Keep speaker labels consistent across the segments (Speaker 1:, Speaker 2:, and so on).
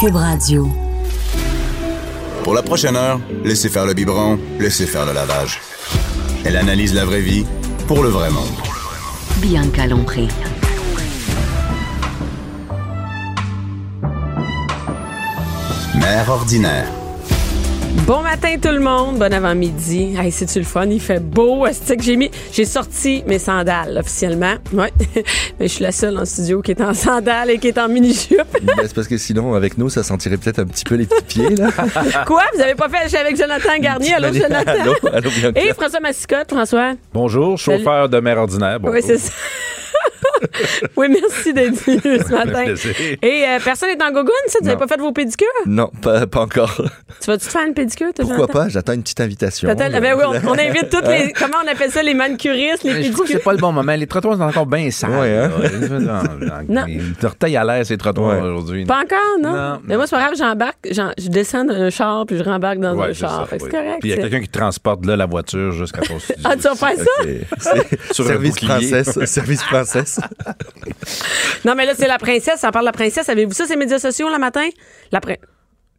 Speaker 1: Cube Radio.
Speaker 2: Pour la prochaine heure, laissez faire le biberon, laissez faire le lavage. Elle analyse la vraie vie pour le vrai monde.
Speaker 1: Bianca Lompré.
Speaker 2: Mère ordinaire.
Speaker 3: Bon matin tout le monde, bon avant-midi. Hey, c'est-tu le fun? Il fait beau. C'est que j'ai mis, j'ai sorti mes sandales officiellement. Ouais. Mais je suis la seule en studio qui est en sandales et qui est en mini-jupe.
Speaker 4: Ben, c'est parce que sinon, avec nous, ça sentirait peut-être un petit peu les petits pieds, là.
Speaker 5: Ah.
Speaker 3: Quoi? Vous avez pas fait Je suis avec Jonathan Garnier? Allô,
Speaker 4: Allez,
Speaker 3: Jonathan?
Speaker 4: allô, allô, Bianca.
Speaker 3: Et François Massicotte, François.
Speaker 5: Bonjour, chauffeur de mer ordinaire. Bonjour.
Speaker 3: Oui, c'est ça. oui, merci d'être venu ce matin.
Speaker 5: plaisir.
Speaker 3: Et euh, personne n'est en gogoune, ça? Vous n'avez pas fait vos pédicures?
Speaker 4: Non, pas, pas encore.
Speaker 3: Tu vas-tu te faire une pédicure, toi,
Speaker 4: Pourquoi
Speaker 3: Jonathan?
Speaker 4: pas? J'attends une petite invitation. Euh,
Speaker 3: T'attends- ah ben oui, on, on invite toutes les. Comment on appelle ça? Les manucuristes, les
Speaker 5: Mais Hein? Je trouve que
Speaker 3: pédicures.
Speaker 5: c'est pas le bon moment. Les trottoirs sont encore bien sales.
Speaker 4: Ouais, hein?
Speaker 3: Non.
Speaker 5: Ils te retaillent à l'air ces trottoirs
Speaker 4: Ouais.
Speaker 5: aujourd'hui.
Speaker 3: Pas encore, non?
Speaker 5: Non,
Speaker 3: Mais moi, c'est pas grave, j'embarque, j'en- je descends d'un char, puis je rembarque dans
Speaker 5: Ouais,
Speaker 3: un
Speaker 5: c'est
Speaker 3: char.
Speaker 5: ça,
Speaker 3: Fait que c'est
Speaker 5: oui.
Speaker 3: correct.
Speaker 5: Puis il y a
Speaker 3: c'est-
Speaker 5: quelqu'un qui transporte là la voiture jusqu'à ton studio.
Speaker 3: Ah, tu vas faire ça?
Speaker 4: C'est- c'est-
Speaker 5: Sur un
Speaker 4: service
Speaker 5: bouclier.
Speaker 4: princesse. Service princesse.
Speaker 3: Non, mais là, c'est la princesse, ça parle de la princesse. Avez-vous ça, ces médias sociaux, le matin? La prin-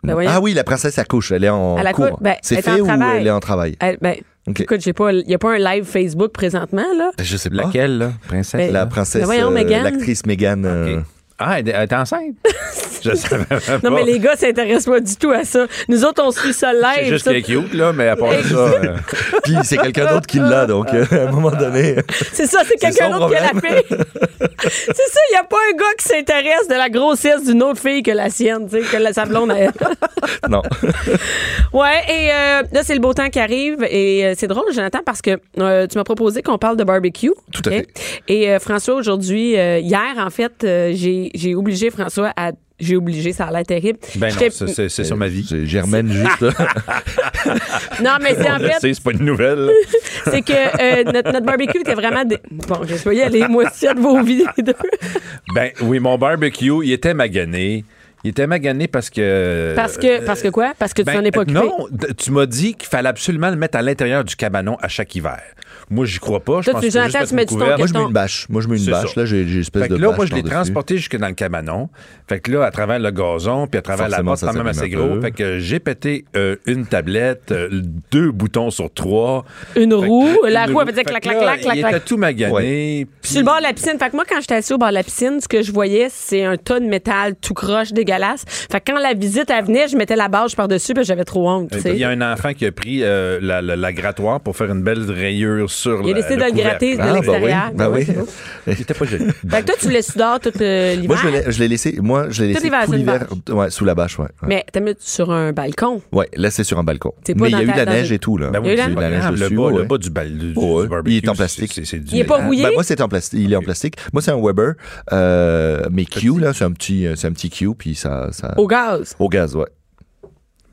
Speaker 3: Ben, voyons.
Speaker 4: Ah oui, la princesse accouche. Elle est en
Speaker 3: Elle accouche,
Speaker 4: cours.
Speaker 3: ben, elle
Speaker 4: c'est
Speaker 3: est en
Speaker 4: fait ou
Speaker 3: travail.
Speaker 4: elle est en travail?
Speaker 3: Elle- ben,
Speaker 4: Ok.
Speaker 3: écoute, j'ai pas, il n'y a pas un live Facebook présentement, là.
Speaker 5: Ah,
Speaker 4: Je sais pas.
Speaker 5: Laquelle, là? Princesse?
Speaker 3: Ben,
Speaker 4: La
Speaker 5: là?
Speaker 4: princesse,
Speaker 3: Ben voyons,
Speaker 4: euh,
Speaker 3: Meghan.
Speaker 4: l'actrice Meghan. euh,
Speaker 5: Ok. Ah, elle elle est enceinte? je savais même pas.
Speaker 3: Non, mais les gars s'intéressent pas du tout à ça. Nous autres, on suit ça live.
Speaker 5: C'est juste
Speaker 3: ça.
Speaker 5: qu'elle est cute, là, mais à part ça... euh,
Speaker 4: Puis c'est quelqu'un d'autre qui l'a,
Speaker 5: Ah.
Speaker 4: donc euh, à un moment donné.
Speaker 3: C'est ça, c'est quelqu'un
Speaker 4: son
Speaker 3: d'autre qui a la
Speaker 4: problème.
Speaker 3: fille. c'est ça, il n'y a pas un gars qui s'intéresse de la grossesse d'une autre fille que la sienne, tu sais, que la sa blonde a.
Speaker 4: non.
Speaker 3: Ouais, et euh, là, c'est le beau temps qui arrive. Et euh, c'est drôle, Jonathan, parce que euh, tu m'as proposé qu'on parle de barbecue.
Speaker 4: Tout à
Speaker 3: OK? Et euh, François, aujourd'hui, euh, hier, en fait, euh, j'ai j'ai obligé François à. J'ai obligé, ça a l'air terrible.
Speaker 5: ben non,
Speaker 3: J'étais-
Speaker 5: ça, c'est c'est sur ma vie.
Speaker 4: J'ai- Germaine juste là.
Speaker 3: non, mais c'est en
Speaker 5: On le
Speaker 3: fait,
Speaker 5: sait, c'est pas une nouvelle.
Speaker 3: c'est que euh, notre, notre barbecue était vraiment. dé- Bon, je vais y aller, moi aussi, à de vos vies, les deux.
Speaker 5: ben oui, mon barbecue, il était magané. Il était magané parce que...
Speaker 3: Parce que, parce que quoi? Parce que tu
Speaker 5: Ben,
Speaker 3: n'en es pas occupé.
Speaker 5: Non, d- tu m'as dit qu'il fallait absolument le mettre à l'intérieur du cabanon à chaque hiver. Moi, j'y crois pas. Je
Speaker 3: Toi,
Speaker 5: pense
Speaker 3: tu
Speaker 5: qu'il faut
Speaker 3: dis,
Speaker 5: juste
Speaker 3: attends, tu
Speaker 5: mettre
Speaker 3: mets
Speaker 5: une
Speaker 3: du ton que-
Speaker 5: couverte.
Speaker 4: Moi, je mets une bâche. Moi, je mets une
Speaker 5: C'est
Speaker 4: bâche.
Speaker 5: ça.
Speaker 4: Là, j'ai j'ai une espèce
Speaker 5: Fait que
Speaker 4: de
Speaker 5: là,
Speaker 4: bâche
Speaker 5: moi, je l'ai
Speaker 4: par-dessus.
Speaker 5: transporté jusque dans le cabanon. Fait que là, à travers le gazon, puis à travers
Speaker 4: Forcément,
Speaker 5: la porte,
Speaker 4: ça
Speaker 5: quand même assez
Speaker 4: s'abîme un
Speaker 5: gros.
Speaker 4: peu.
Speaker 5: Fait que j'ai pété euh, une tablette, euh, deux boutons sur trois.
Speaker 3: Une
Speaker 5: Fait que-
Speaker 3: roue, la
Speaker 5: une
Speaker 3: roue, elle faisait
Speaker 5: Fait
Speaker 3: clac,
Speaker 5: que là,
Speaker 3: clac, clac, clac,
Speaker 5: Il
Speaker 3: clac.
Speaker 5: était tout magané. puis-
Speaker 3: Sur le bord de la piscine. Fait que moi, quand j'étais assis au bord de la piscine, ce que je voyais, c'est un tas de métal tout croche, dégueulasse. Fait que quand la visite, elle venait, je mettais la bâche par-dessus, puis j'avais trop
Speaker 4: Eh
Speaker 3: honte, tu
Speaker 5: Euh,
Speaker 4: ben,
Speaker 3: sais.
Speaker 5: Il y a un enfant qui a pris euh, la, la- la grattoir pour faire une belle rayure sur
Speaker 3: Il a
Speaker 5: la-
Speaker 3: décidé de le
Speaker 5: couvercle.
Speaker 3: gratter de
Speaker 4: Ah, bah oui.
Speaker 3: l'extérieur.
Speaker 4: Bah
Speaker 3: Ouais,
Speaker 4: oui.
Speaker 3: c'est beau.
Speaker 5: Il était pas joli.
Speaker 3: Fait que toi, tu le sudores tout euh, l'hiver.
Speaker 4: Moi, je l'ai- je l'ai laissé. Moi, je l'ai laissé
Speaker 3: l'hiver,
Speaker 4: tout
Speaker 3: c'est une
Speaker 4: l'hiver. Ouais, sous la bâche, ouais. ouais.
Speaker 3: Mais t'as mis sur un balcon.
Speaker 4: Ouais, là, c'est sur un balcon.
Speaker 3: C'est pas
Speaker 4: Mais il y
Speaker 3: dans
Speaker 4: a eu
Speaker 3: ta-
Speaker 4: de la
Speaker 3: dans
Speaker 4: neige
Speaker 3: une-
Speaker 4: et tout, là.
Speaker 3: Ben oui,
Speaker 4: Il y
Speaker 3: là.
Speaker 4: a eu de la
Speaker 5: Ah,
Speaker 4: neige
Speaker 5: le,
Speaker 4: dessus.
Speaker 5: bas,
Speaker 4: ouais.
Speaker 5: le bas du, bal, du- du
Speaker 4: Ouais.
Speaker 5: barbecue.
Speaker 4: Il est en
Speaker 5: c'est-
Speaker 4: plastique.
Speaker 5: c'est- c'est du-
Speaker 3: Il est pas rouillé.
Speaker 4: Ben, moi, c'est en plastique. Il est en plastique. Moi, c'est un Weber. Euh, mais Q, là, c'est un petit, euh, c'est un petit Q, puis ça, ça...
Speaker 3: Au gaz.
Speaker 4: Au gaz, ouais.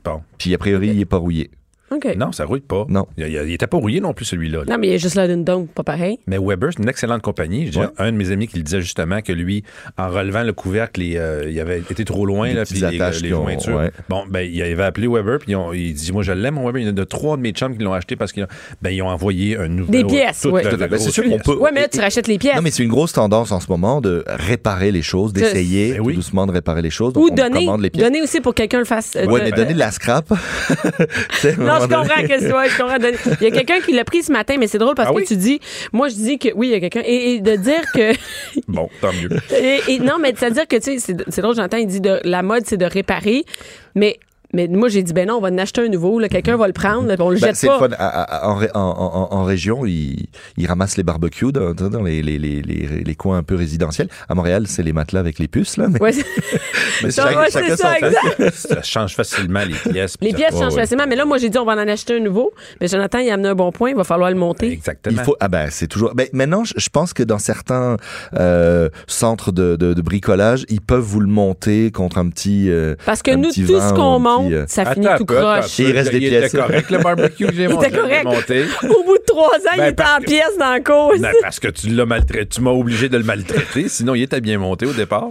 Speaker 5: Bon.
Speaker 4: Puis a priori, il est pas rouillé.
Speaker 3: OK.
Speaker 5: Non, ça rouille pas.
Speaker 4: Non.
Speaker 5: Il, il- il était pas rouillé non plus, celui-là. là.
Speaker 3: Non, mais il y a juste là d'une dôme, pas pareil.
Speaker 5: Mais Weber, c'est une excellente compagnie. J'ai
Speaker 4: Ouais.
Speaker 5: un de mes amis qui le disait justement que lui, en relevant le couvercle, les, euh, il avait été trop loin,
Speaker 4: Les
Speaker 5: là, puis
Speaker 4: petites
Speaker 5: les,
Speaker 4: attaches
Speaker 5: les
Speaker 4: qui ont-
Speaker 5: jointures.
Speaker 4: ouais.
Speaker 5: Bon, ben, il avait appelé Weber, puis ils ont- il dit Moi, je l'aime, mon Weber. Il y en a de trois de mes chums qui l'ont acheté parce qu'ils ont, ben, ils ont envoyé un nouveau.
Speaker 3: Des pièces,
Speaker 5: toute
Speaker 3: ouais.
Speaker 5: la-
Speaker 3: Tout à
Speaker 4: fait.
Speaker 5: la
Speaker 4: Ben, c'est
Speaker 5: grosse
Speaker 4: sûr qu'on
Speaker 5: pièce.
Speaker 4: peut-
Speaker 3: Ouais, mais là,
Speaker 4: et-
Speaker 3: tu rachètes les pièces.
Speaker 4: Non, mais c'est une grosse tendance en ce moment de réparer les choses, d'essayer
Speaker 5: Ben oui.
Speaker 4: tout doucement de réparer les choses. Donc,
Speaker 3: Ou
Speaker 4: on
Speaker 3: donner.
Speaker 4: commande les pièces.
Speaker 3: Donner aussi pour que quelqu'un le fasse. euh,
Speaker 4: Ouais,
Speaker 3: de-
Speaker 4: mais donner de la scrap. non, je
Speaker 3: Non, je comprends que c'est ouais, je comprends. Denis. Il y a quelqu'un qui l'a pris ce matin, mais c'est drôle parce
Speaker 5: Ah
Speaker 3: que
Speaker 5: oui?
Speaker 3: tu dis, moi je dis que oui, il y a quelqu'un et, et de dire que
Speaker 5: Bon, tant mieux.
Speaker 3: et, et non, mais c'est à dire que tu sais, c'est c'est drôle, j'entends, il dit de la mode c'est de réparer, mais Mais moi, j'ai dit, ben non, on va en acheter un nouveau. là. Quelqu'un va le prendre, là, puis on le
Speaker 4: Ben,
Speaker 3: jette
Speaker 4: c'est le
Speaker 3: pas.
Speaker 4: fun. À- à- à- en, ré- en- en- en- en région, ils, ils ramassent les barbecues dans, dans- dans les, les- les- les- les coins un peu résidentiels. À Montréal, c'est les matelas avec les puces, là. Mais,
Speaker 3: Ouais, c'est-
Speaker 4: mais
Speaker 3: Non, ouais, c'est ça,
Speaker 4: chacun son truc.
Speaker 3: exact.
Speaker 5: ça change facilement les pièces. puis
Speaker 3: Les
Speaker 5: ça-
Speaker 3: pièces
Speaker 5: Ouais,
Speaker 3: changent
Speaker 5: ouais.
Speaker 3: facilement, mais là, moi, j'ai dit, on va en acheter un nouveau. Mais Jonathan, il a amené un bon point, il va falloir le monter.
Speaker 5: Exactement.
Speaker 4: Il faut, ah ben, c'est toujours. Ben, maintenant, je, je pense que dans certains euh, centres de, de- de bricolage, ils peuvent vous le monter contre un petit. euh,
Speaker 3: Parce que
Speaker 4: un
Speaker 3: nous,
Speaker 4: petit
Speaker 3: tout
Speaker 4: vin,
Speaker 3: ce
Speaker 4: un
Speaker 3: qu'on
Speaker 4: petit,
Speaker 3: monte,
Speaker 4: euh,
Speaker 3: ça finit
Speaker 5: Attends
Speaker 3: tout
Speaker 5: un peu, attends un
Speaker 3: croche.
Speaker 5: peu.
Speaker 4: Et il reste des pièces.
Speaker 5: était correct, le barbecue que j'ai monté.
Speaker 3: était correct.
Speaker 5: monté.
Speaker 3: Au bout de trois ans, il
Speaker 5: Ben,
Speaker 3: est
Speaker 5: parce
Speaker 3: en
Speaker 5: que-
Speaker 3: pièces dans la cause.
Speaker 5: Ben, parce que tu l'as maltraité. Tu m'as obligé de le maltraiter. Sinon, il était bien monté au départ.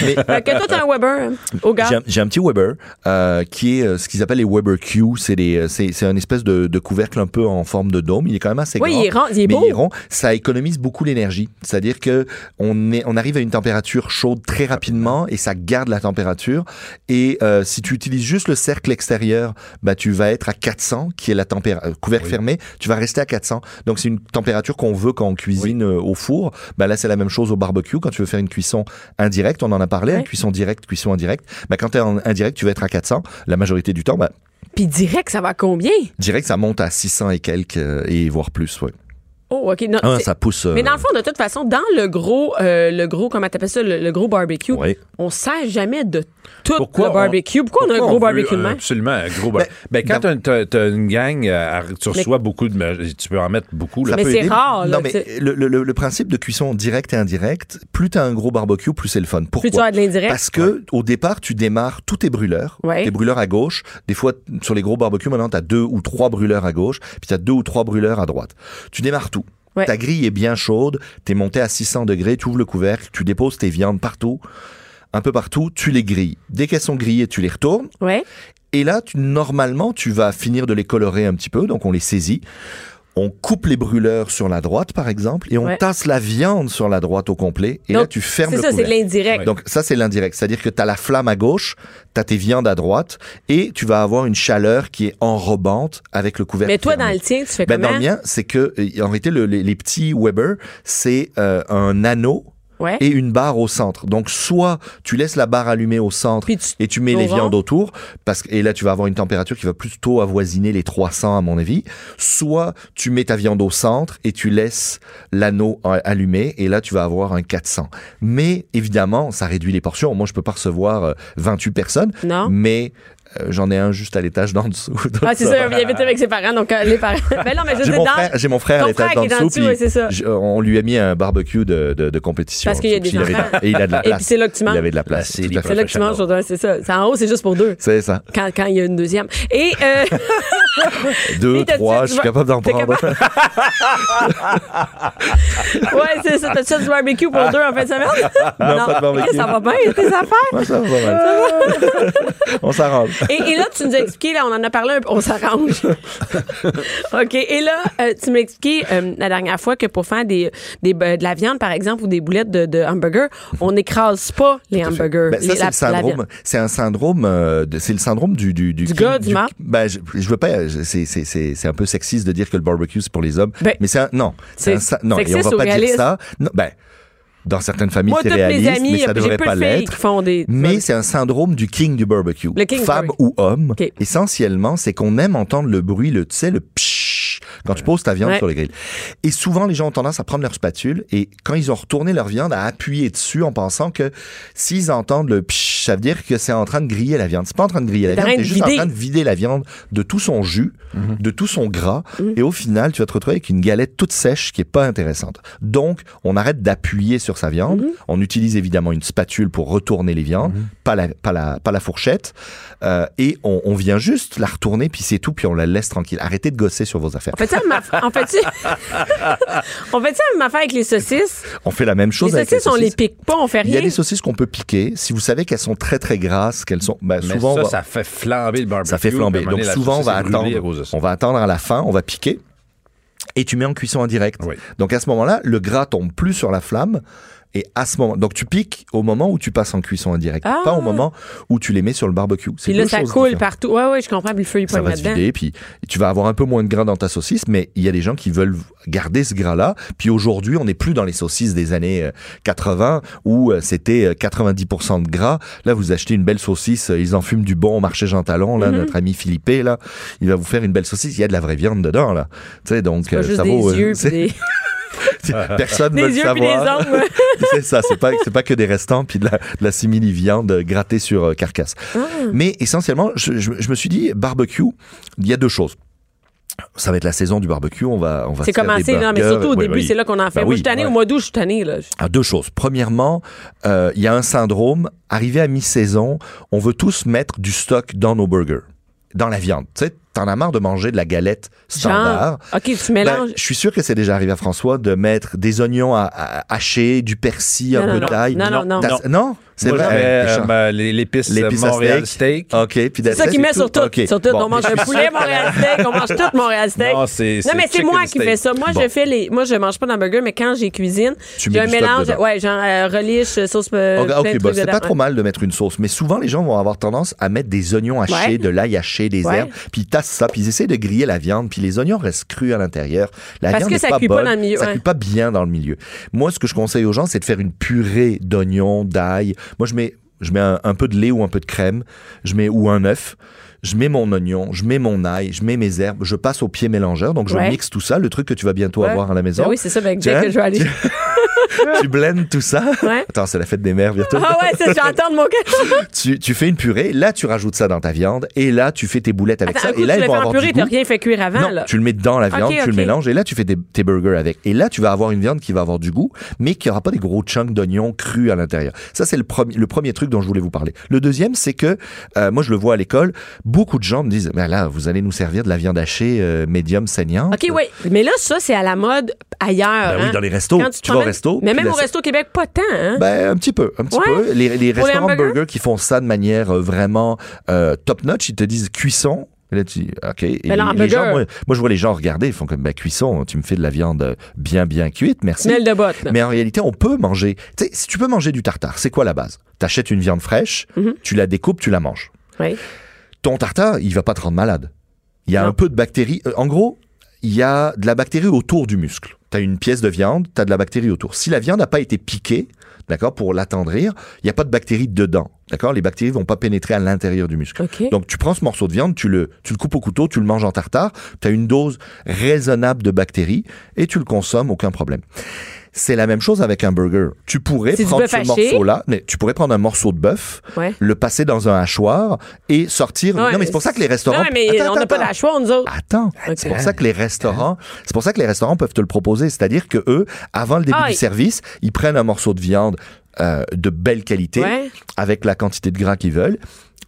Speaker 3: Fait que toi, t'es un Weber hein, au gars.
Speaker 4: J'ai un- J'ai un petit Weber euh, qui est euh, ce qu'ils appellent les Weber Q. C'est des, euh, c'est c'est un espèce de, de couvercle un peu en forme de dôme. Il est quand même assez
Speaker 3: Oui,
Speaker 4: grand.
Speaker 3: il est rond, il est
Speaker 4: mais
Speaker 3: beau.
Speaker 4: il est rond. Ça économise beaucoup l'énergie. C'est-à-dire que on est, on arrive à une température chaude très rapidement et ça garde la température. Et euh, si tu utilises juste le cercle extérieur, bah tu vas être à 400, qui est la température couvercle fermé. Tu vas rester à 400. Donc c'est une température qu'on veut quand on cuisine euh, au four. Bah là c'est la même chose au barbecue quand tu veux faire une cuisson indirecte. On en a parlé,
Speaker 3: Ouais.
Speaker 4: hein, cuisson directe, cuisson indirecte. Bah quand t'es en indirect, tu vas être à 400. La majorité du temps, bah
Speaker 3: Puis direct, ça va à combien?
Speaker 4: direct ça monte à 600 et quelques euh, et voire plus. Ouais.
Speaker 3: Oh, OK. non,
Speaker 4: Ah,
Speaker 3: c'est-
Speaker 4: ça pousse. euh,
Speaker 3: Mais dans le fond, de toute façon, dans le gros, euh, le gros, comment t'appelles ça, le, le gros barbecue,
Speaker 4: Ouais.
Speaker 3: on sert jamais de tout
Speaker 5: Pourquoi
Speaker 3: le
Speaker 5: on-
Speaker 3: barbecue. Pourquoi, on a un gros
Speaker 5: veut
Speaker 3: barbecue de
Speaker 5: un-
Speaker 3: même?
Speaker 5: Absolument, un gros barbecue. Ben, quand t'as- t'as as une gang, euh, à- tu reçois beaucoup de. mais Tu peux en mettre beaucoup. Là.
Speaker 4: Ça
Speaker 3: Mais
Speaker 4: peut
Speaker 3: c'est
Speaker 4: aider.
Speaker 3: rare, là,
Speaker 4: non,
Speaker 3: tu
Speaker 4: mais le, le- le- le principe de cuisson directe et indirecte, plus tu as un gros barbecue, plus c'est le fun. Pourquoi
Speaker 3: Plus tu as de l'indirect.
Speaker 4: Parce que au départ, tu démarres tous tes brûleurs,
Speaker 3: Ouais.
Speaker 4: tes brûleurs à gauche. Des fois, t- sur les gros barbecues, maintenant, tu as deux ou trois brûleurs à gauche, puis tu as deux ou trois brûleurs à droite. Tu démarres tout.
Speaker 3: Ouais.
Speaker 4: Ta grille est bien chaude, tu es monté à 600 degrés, tu ouvres le couvercle, tu déposes tes viandes partout, un peu partout, tu les grilles. Dès qu'elles sont grillées, tu les retournes.
Speaker 3: Ouais.
Speaker 4: Et là, tu, normalement, tu vas finir de les colorer un petit peu, donc on les saisit. On coupe les brûleurs sur la droite, par exemple, et on
Speaker 3: Ouais.
Speaker 4: tasse la viande sur la droite au complet. Et là,
Speaker 3: Donc,
Speaker 4: tu fermes
Speaker 3: C'est
Speaker 4: le
Speaker 3: ça, c'est de
Speaker 4: couvercle.
Speaker 3: l'indirect.
Speaker 4: Donc ça, c'est l'indirect. C'est-à-dire que tu as la flamme à gauche, tu as tes viandes à droite, et tu vas avoir une chaleur qui est enrobante avec le couvercle.
Speaker 3: Mais toi,
Speaker 4: fermé.
Speaker 3: dans le tien, tu fais
Speaker 4: Ben,
Speaker 3: comment?
Speaker 4: dans le mien, c'est que, euh, en réalité, le- les, les petits Weber, c'est euh, un anneau
Speaker 3: Ouais.
Speaker 4: et une barre au centre. Donc, soit tu laisses la barre allumée au centre
Speaker 3: Puis tu-
Speaker 4: et tu mets les
Speaker 3: au
Speaker 4: viandes
Speaker 3: vent.
Speaker 4: autour, parce que, et là, tu vas avoir une température qui va plutôt avoisiner les 300, à mon avis. Soit tu mets ta viande au centre et tu laisses l'anneau euh, allumé, et là, tu vas avoir un 400. Mais, évidemment, ça réduit les portions. Moi, je peux pas recevoir euh, 28 personnes,
Speaker 3: Non.
Speaker 4: mais euh, j'en ai un juste à l'étage d'en dessous. Donc,
Speaker 3: Ah, c'est
Speaker 4: ça
Speaker 3: ça,
Speaker 4: va.
Speaker 3: il habite avec ses parents, donc euh, les parents. Ben non, mais je veux
Speaker 4: J'ai
Speaker 3: dire,
Speaker 4: mon,
Speaker 3: dans-
Speaker 4: frère, j'ai mon frère à
Speaker 3: ton
Speaker 4: l'étage
Speaker 3: frère
Speaker 4: d'en
Speaker 3: qui est dans
Speaker 4: dessous,
Speaker 3: dessous, ouais, c'est ça.
Speaker 4: puis je- euh, on lui a mis un barbecue de, de, de compétition.
Speaker 3: Parce qu'il y a
Speaker 4: en dessous,
Speaker 3: des
Speaker 4: puis il avait de-
Speaker 3: enfants.
Speaker 4: Et il a de la
Speaker 3: Et puis
Speaker 4: place.
Speaker 3: c'est là que tu manges.
Speaker 4: Il avait de la place.
Speaker 5: La série
Speaker 4: tout à fait.
Speaker 3: C'est là que tu manges, aujourd'hui, c'est ça. C'est en haut, c'est juste pour deux.
Speaker 4: C'est ça.
Speaker 3: Quand quand il y a une deuxième. Et euh,
Speaker 4: Deux,
Speaker 3: Et t'as-
Speaker 4: trois,
Speaker 3: tu-
Speaker 4: je suis capable d'en
Speaker 3: t'es
Speaker 4: prendre.
Speaker 3: ouais, c'est ça. T'as-tu du barbecue pour deux en fin de semaine?
Speaker 4: Ah. Non, pas de barbecue.
Speaker 3: Ça va bien, tes affaires.
Speaker 4: Ouais, ça va pas mal. On s'arrange.
Speaker 3: Et, et là, tu nous as expliqué, là, on en a parlé un peu, on s'arrange. OK. Et là, euh, tu m'as expliqué euh, la dernière fois que pour faire des, des, be- de la viande, par exemple, ou des boulettes de, de hamburger, on n'écrase pas les hamburgers.
Speaker 4: Ben, ça,
Speaker 3: les-
Speaker 4: c'est
Speaker 3: la-
Speaker 4: le syndrome.
Speaker 3: la
Speaker 4: C'est un syndrome. euh, de- c'est le syndrome du du
Speaker 3: Du gars, du mâle.
Speaker 4: Ben, je, je veux pas. je- C'est c'est c'est c'est un peu sexiste de dire que le barbecue c'est pour les hommes.
Speaker 3: Ben,
Speaker 4: mais c'est un non. C'est un
Speaker 3: c'est
Speaker 4: sa- non. Et on
Speaker 3: sexiste
Speaker 4: va
Speaker 3: ou
Speaker 4: pas dire
Speaker 3: réaliste?
Speaker 4: ça. Non, ben. Dans certaines familles,
Speaker 3: Moi,
Speaker 4: c'est
Speaker 3: toutes mes
Speaker 4: réaliste,
Speaker 3: amies,
Speaker 4: mais ça
Speaker 3: j'ai
Speaker 4: devrait
Speaker 3: peu
Speaker 4: pas
Speaker 3: de filles
Speaker 4: l'être.
Speaker 3: qui font des-
Speaker 4: Mais c'est un syndrome du king du barbecue.
Speaker 3: Le king du
Speaker 4: Femme
Speaker 3: barbecue.
Speaker 4: ou homme,
Speaker 3: Ok.
Speaker 4: essentiellement, c'est qu'on aime entendre le bruit, le tu sais, le pshhh quand tu poses ta viande
Speaker 3: Ouais.
Speaker 4: sur le grill. Et souvent, les gens ont tendance à prendre leur spatule et quand ils ont retourné leur viande, à appuyer dessus en pensant que s'ils entendent le pshhh, ça veut dire que c'est en train de griller la viande. C'est pas en train de griller la
Speaker 3: T'es en
Speaker 4: viande,
Speaker 3: train
Speaker 4: c'est
Speaker 3: de
Speaker 4: juste en
Speaker 3: vider.
Speaker 4: train de vider la viande de tout son jus,
Speaker 5: Mhm.
Speaker 4: de tout son gras.
Speaker 3: Mhm.
Speaker 4: Et au final, tu vas te retrouver avec une galette toute sèche qui est pas intéressante. Donc, on arrête d'appuyer sur sa viande.
Speaker 3: Mhm.
Speaker 4: On utilise évidemment une spatule pour retourner les viandes,
Speaker 5: Mhm.
Speaker 4: pas, la, pas, la, pas la fourchette. Euh, et on, on vient juste la retourner, puis c'est tout, puis on la laisse tranquille. Arrêtez de gosser sur vos affaires.
Speaker 3: On fait ça, ma- on fait ça, on fait ça, même affaire avec les saucisses.
Speaker 4: On fait la même chose
Speaker 3: les
Speaker 4: avec les
Speaker 3: saucisses, on les pique pas, on fait
Speaker 4: Il y
Speaker 3: rien.
Speaker 4: a des saucisses qu'on peut piquer. Si vous savez qu'elles sont très très grasses, qu'elles sont ben,
Speaker 5: Mais
Speaker 4: souvent on
Speaker 5: ça,
Speaker 4: va-
Speaker 5: ça fait flamber le barbecue.
Speaker 4: ça fait
Speaker 5: puis
Speaker 4: flamber.
Speaker 5: à un moment
Speaker 4: Donc
Speaker 5: donné, la
Speaker 4: souvent on
Speaker 5: saucisse
Speaker 4: va
Speaker 5: est brûlée
Speaker 4: attendre,
Speaker 5: à cause de ça.
Speaker 4: on va attendre à la fin, on va piquer et tu mets en cuisson en direct.
Speaker 5: Oui.
Speaker 4: Donc à ce moment-là, le gras tombe plus sur la flamme Et à ce moment, donc tu piques au moment où tu passes en cuisson indirecte,
Speaker 3: Ah.
Speaker 4: pas au moment où tu les mets sur le barbecue. C'est
Speaker 3: Puis là,
Speaker 4: deux
Speaker 3: ça
Speaker 4: choses
Speaker 3: coule
Speaker 4: différentes.
Speaker 3: partout. Ouais, ouais, je comprends. Puis le feu, il
Speaker 4: Ça
Speaker 3: pogne
Speaker 4: va se
Speaker 3: là-dedans.
Speaker 4: vider, puis tu vas avoir un peu moins de gras dans ta saucisse, mais il y a des gens qui veulent garder ce gras-là. Puis aujourd'hui, on n'est plus dans les saucisses des années euh, 80 où euh, c'était euh, 90% de gras. Là, vous achetez une belle saucisse, euh, ils en fument du bon au marché Jean Talon.
Speaker 3: Mm-hmm.
Speaker 4: Là, notre ami Philippe, là, il va vous faire une belle saucisse. Il y a de la vraie viande dedans, là. Tu sais, donc
Speaker 3: Pas
Speaker 4: euh,
Speaker 3: juste
Speaker 4: ça
Speaker 3: des
Speaker 4: vaut. euh,
Speaker 3: yeux, puis
Speaker 4: c'est-
Speaker 3: des,
Speaker 4: Personne ne
Speaker 3: des
Speaker 4: veut le
Speaker 3: yeux puis des
Speaker 4: savoir.
Speaker 3: ongles.
Speaker 4: c'est ça, c'est pas, c'est pas que des restants puis de la, de la simili-viande grattée sur euh, carcasse.
Speaker 3: Mmh.
Speaker 4: Mais essentiellement, je, je- je me suis dit, barbecue, il y a deux choses. Ça va être la saison du barbecue, on va, on va
Speaker 3: C'est
Speaker 4: se faire
Speaker 3: commencé,
Speaker 4: des
Speaker 3: non, mais
Speaker 4: burgers.
Speaker 3: surtout au
Speaker 4: Oui,
Speaker 3: début,
Speaker 4: oui.
Speaker 3: c'est là qu'on en fait.
Speaker 4: Ben
Speaker 3: Moi,
Speaker 4: oui,
Speaker 3: je suis tannée,
Speaker 4: ouais.
Speaker 3: au mois d'août, je suis tannée, là. Je-
Speaker 4: Alors, deux choses. Premièrement, euh, il y a un syndrome. Arrivé à mi-saison, on veut tous mettre du stock dans nos burgers, dans la viande. Tu sais, t'en as marre de manger de la galette standard.
Speaker 3: Genre, OK, tu
Speaker 4: Ben,
Speaker 3: mélanges.
Speaker 4: je suis sûr que c'est déjà arrivé à François de mettre des oignons à, à- hachés, du persil, un
Speaker 3: Non,
Speaker 4: peu
Speaker 3: non,
Speaker 4: de
Speaker 3: non.
Speaker 4: d'ail.
Speaker 3: Non, non, non.
Speaker 4: T'as- c'est
Speaker 5: Moi,
Speaker 4: vrai.
Speaker 5: je mets,
Speaker 4: Ouais,
Speaker 5: euh,
Speaker 4: Richard.
Speaker 5: ben, les- l'épice euh,
Speaker 4: L'épice à
Speaker 5: Montréal
Speaker 4: steak.
Speaker 5: steak.
Speaker 3: Ah,
Speaker 4: OK, puis
Speaker 3: C'est ça qu'ils
Speaker 4: met
Speaker 3: met sur tout. Sur tout. On mange un poulet Montréal Steak. On mange tout Montréal Steak.
Speaker 5: Non, c'est-
Speaker 3: Non,
Speaker 5: c'est
Speaker 3: mais c'est
Speaker 5: chicken
Speaker 3: moi qui
Speaker 5: steak.
Speaker 3: fais ça. Moi, je
Speaker 4: Bon.
Speaker 3: fais les. Moi, je mange pas d'hamburger, mais quand j'ai cuisine,
Speaker 4: Tu
Speaker 3: j'ai
Speaker 4: mets
Speaker 3: un
Speaker 4: du stock
Speaker 3: mélange.
Speaker 4: dedans.
Speaker 3: Ouais, genre euh, relish, euh, sauce. euh,
Speaker 4: Ok,
Speaker 3: plein de
Speaker 4: ok,
Speaker 3: trucs
Speaker 4: bah, c'est
Speaker 3: dedans.
Speaker 4: pas trop mal de mettre une sauce, mais souvent les gens vont avoir tendance à mettre des oignons hachés,
Speaker 3: Ouais.
Speaker 4: de l'ail haché, des
Speaker 3: Ouais.
Speaker 4: herbes, puis ils tassent ça, puis ils essaient de griller la viande, puis les oignons restent crus à l'intérieur. La
Speaker 3: Parce
Speaker 4: viande
Speaker 3: que
Speaker 4: n'est
Speaker 3: ça
Speaker 4: pas
Speaker 3: cuit pas
Speaker 4: bonne,
Speaker 3: dans le milieu,
Speaker 4: ça
Speaker 3: ouais.
Speaker 4: cuit pas bien dans le milieu. Moi, ce que je conseille aux gens, c'est de faire une purée d'oignons, d'ail. Moi, je mets je mets un, un peu de lait ou un peu de crème, je mets ou un œuf. Je mets mon oignon, je mets mon ail, je mets mes herbes, je passe au pied mélangeur, donc je
Speaker 3: Ouais.
Speaker 4: mixe tout ça, le truc que tu vas bientôt
Speaker 3: Ouais.
Speaker 4: avoir à la maison.
Speaker 3: Ben oui, c'est ça, avec
Speaker 4: Tiens.
Speaker 3: Jack que je vais aller.
Speaker 4: tu blends tout ça.
Speaker 3: Ouais.
Speaker 4: Attends, c'est la fête des mères bientôt.
Speaker 3: Ah ouais, ça, j'entends de mon cœur.
Speaker 4: tu, tu fais une purée, là tu rajoutes ça dans ta viande, et là tu fais tes boulettes avec
Speaker 3: Attends,
Speaker 4: ça,
Speaker 3: un coup,
Speaker 4: et là
Speaker 3: tu l'as fait en
Speaker 4: du
Speaker 3: purée, t'as
Speaker 4: goût.
Speaker 3: rien fait cuire avant,
Speaker 4: Non,
Speaker 3: là.
Speaker 4: tu le mets dans la viande,
Speaker 3: Ok,
Speaker 4: tu
Speaker 3: ok.
Speaker 4: le mélanges, et là tu fais des- tes burgers avec. Et là tu vas avoir une viande qui va avoir du goût, mais qui aura pas des gros chunks d'oignons crus à l'intérieur. Ça c'est le premier, le premier truc dont je voulais vous parler. Le deuxième c'est que, euh, moi je le vois à l'école, beaucoup de gens me disent, ben là vous allez nous servir de la viande hachée euh, médium saignante.
Speaker 3: OK, oui. Mais là, ça, c'est à la mode ailleurs.
Speaker 4: Ben oui,
Speaker 3: hein.
Speaker 4: dans les restos.
Speaker 3: Quand
Speaker 4: Tu
Speaker 3: te
Speaker 4: vas au
Speaker 3: promènes-
Speaker 4: resto,
Speaker 3: Mais
Speaker 4: puis
Speaker 3: même
Speaker 4: la-
Speaker 3: au resto Québec, pas tant, hein?
Speaker 4: Ben, un petit peu, un petit
Speaker 3: Ouais.
Speaker 4: peu. Les, les
Speaker 3: Pour les
Speaker 4: restaurants
Speaker 3: hamburgers?
Speaker 4: burgers qui font ça de manière euh, vraiment euh, top notch, ils te disent cuisson. Et là, tu dis, OK. Et
Speaker 3: Mais le
Speaker 4: les
Speaker 3: Ben hamburger-
Speaker 4: gens, moi, moi, je vois les gens regarder, ils font comme, ben, cuisson, tu me fais de la viande euh, bien, bien cuite, merci.
Speaker 3: Tunnel de botte, là.
Speaker 4: Mais en réalité, on peut manger. Tu sais, si tu peux manger du tartare, c'est quoi la base? T'achètes une viande fraîche,
Speaker 3: Mm-hmm.
Speaker 4: tu la découpes, tu la manges.
Speaker 3: Oui.
Speaker 4: Ton tartare, il va pas te rendre malade. Il y a
Speaker 3: Non.
Speaker 4: un peu de bactéries. Euh, En gros, il y a de la bactérie autour du muscle. T'as une pièce de viande, t'as de la bactérie autour. Si la viande n'a pas été piquée, d'accord, pour l'attendrir, il n'y a pas de bactéries dedans, d'accord. Les bactéries vont pas pénétrer à l'intérieur du muscle.
Speaker 3: OK.
Speaker 4: Donc tu prends ce morceau de viande, tu le, tu le coupes au couteau, tu le manges en tartare. T'as une dose raisonnable de bactéries et tu le consommes, aucun problème. C'est la même chose avec un burger. Tu pourrais
Speaker 3: C'est du
Speaker 4: prendre
Speaker 3: bœuf
Speaker 4: ce
Speaker 3: haché.
Speaker 4: morceau-là, mais tu pourrais prendre un morceau de bœuf,
Speaker 3: Ouais.
Speaker 4: le passer dans un hachoir et sortir.
Speaker 3: Ouais,
Speaker 4: non, mais c'est pour ça que les restaurants.
Speaker 3: Non, mais
Speaker 4: Attends,
Speaker 3: on n'a
Speaker 4: attends,
Speaker 3: pas
Speaker 4: attends.
Speaker 3: d'hachoir, nous autres.
Speaker 4: Attends, c'est pour ça que les restaurants, c'est pour ça que les restaurants peuvent te le proposer, c'est-à-dire que eux, avant le début
Speaker 3: Ah,
Speaker 4: du
Speaker 3: ils-
Speaker 4: service, ils prennent un morceau de viande euh, de belle qualité,
Speaker 3: Ouais.
Speaker 4: avec la quantité de gras qu'ils veulent.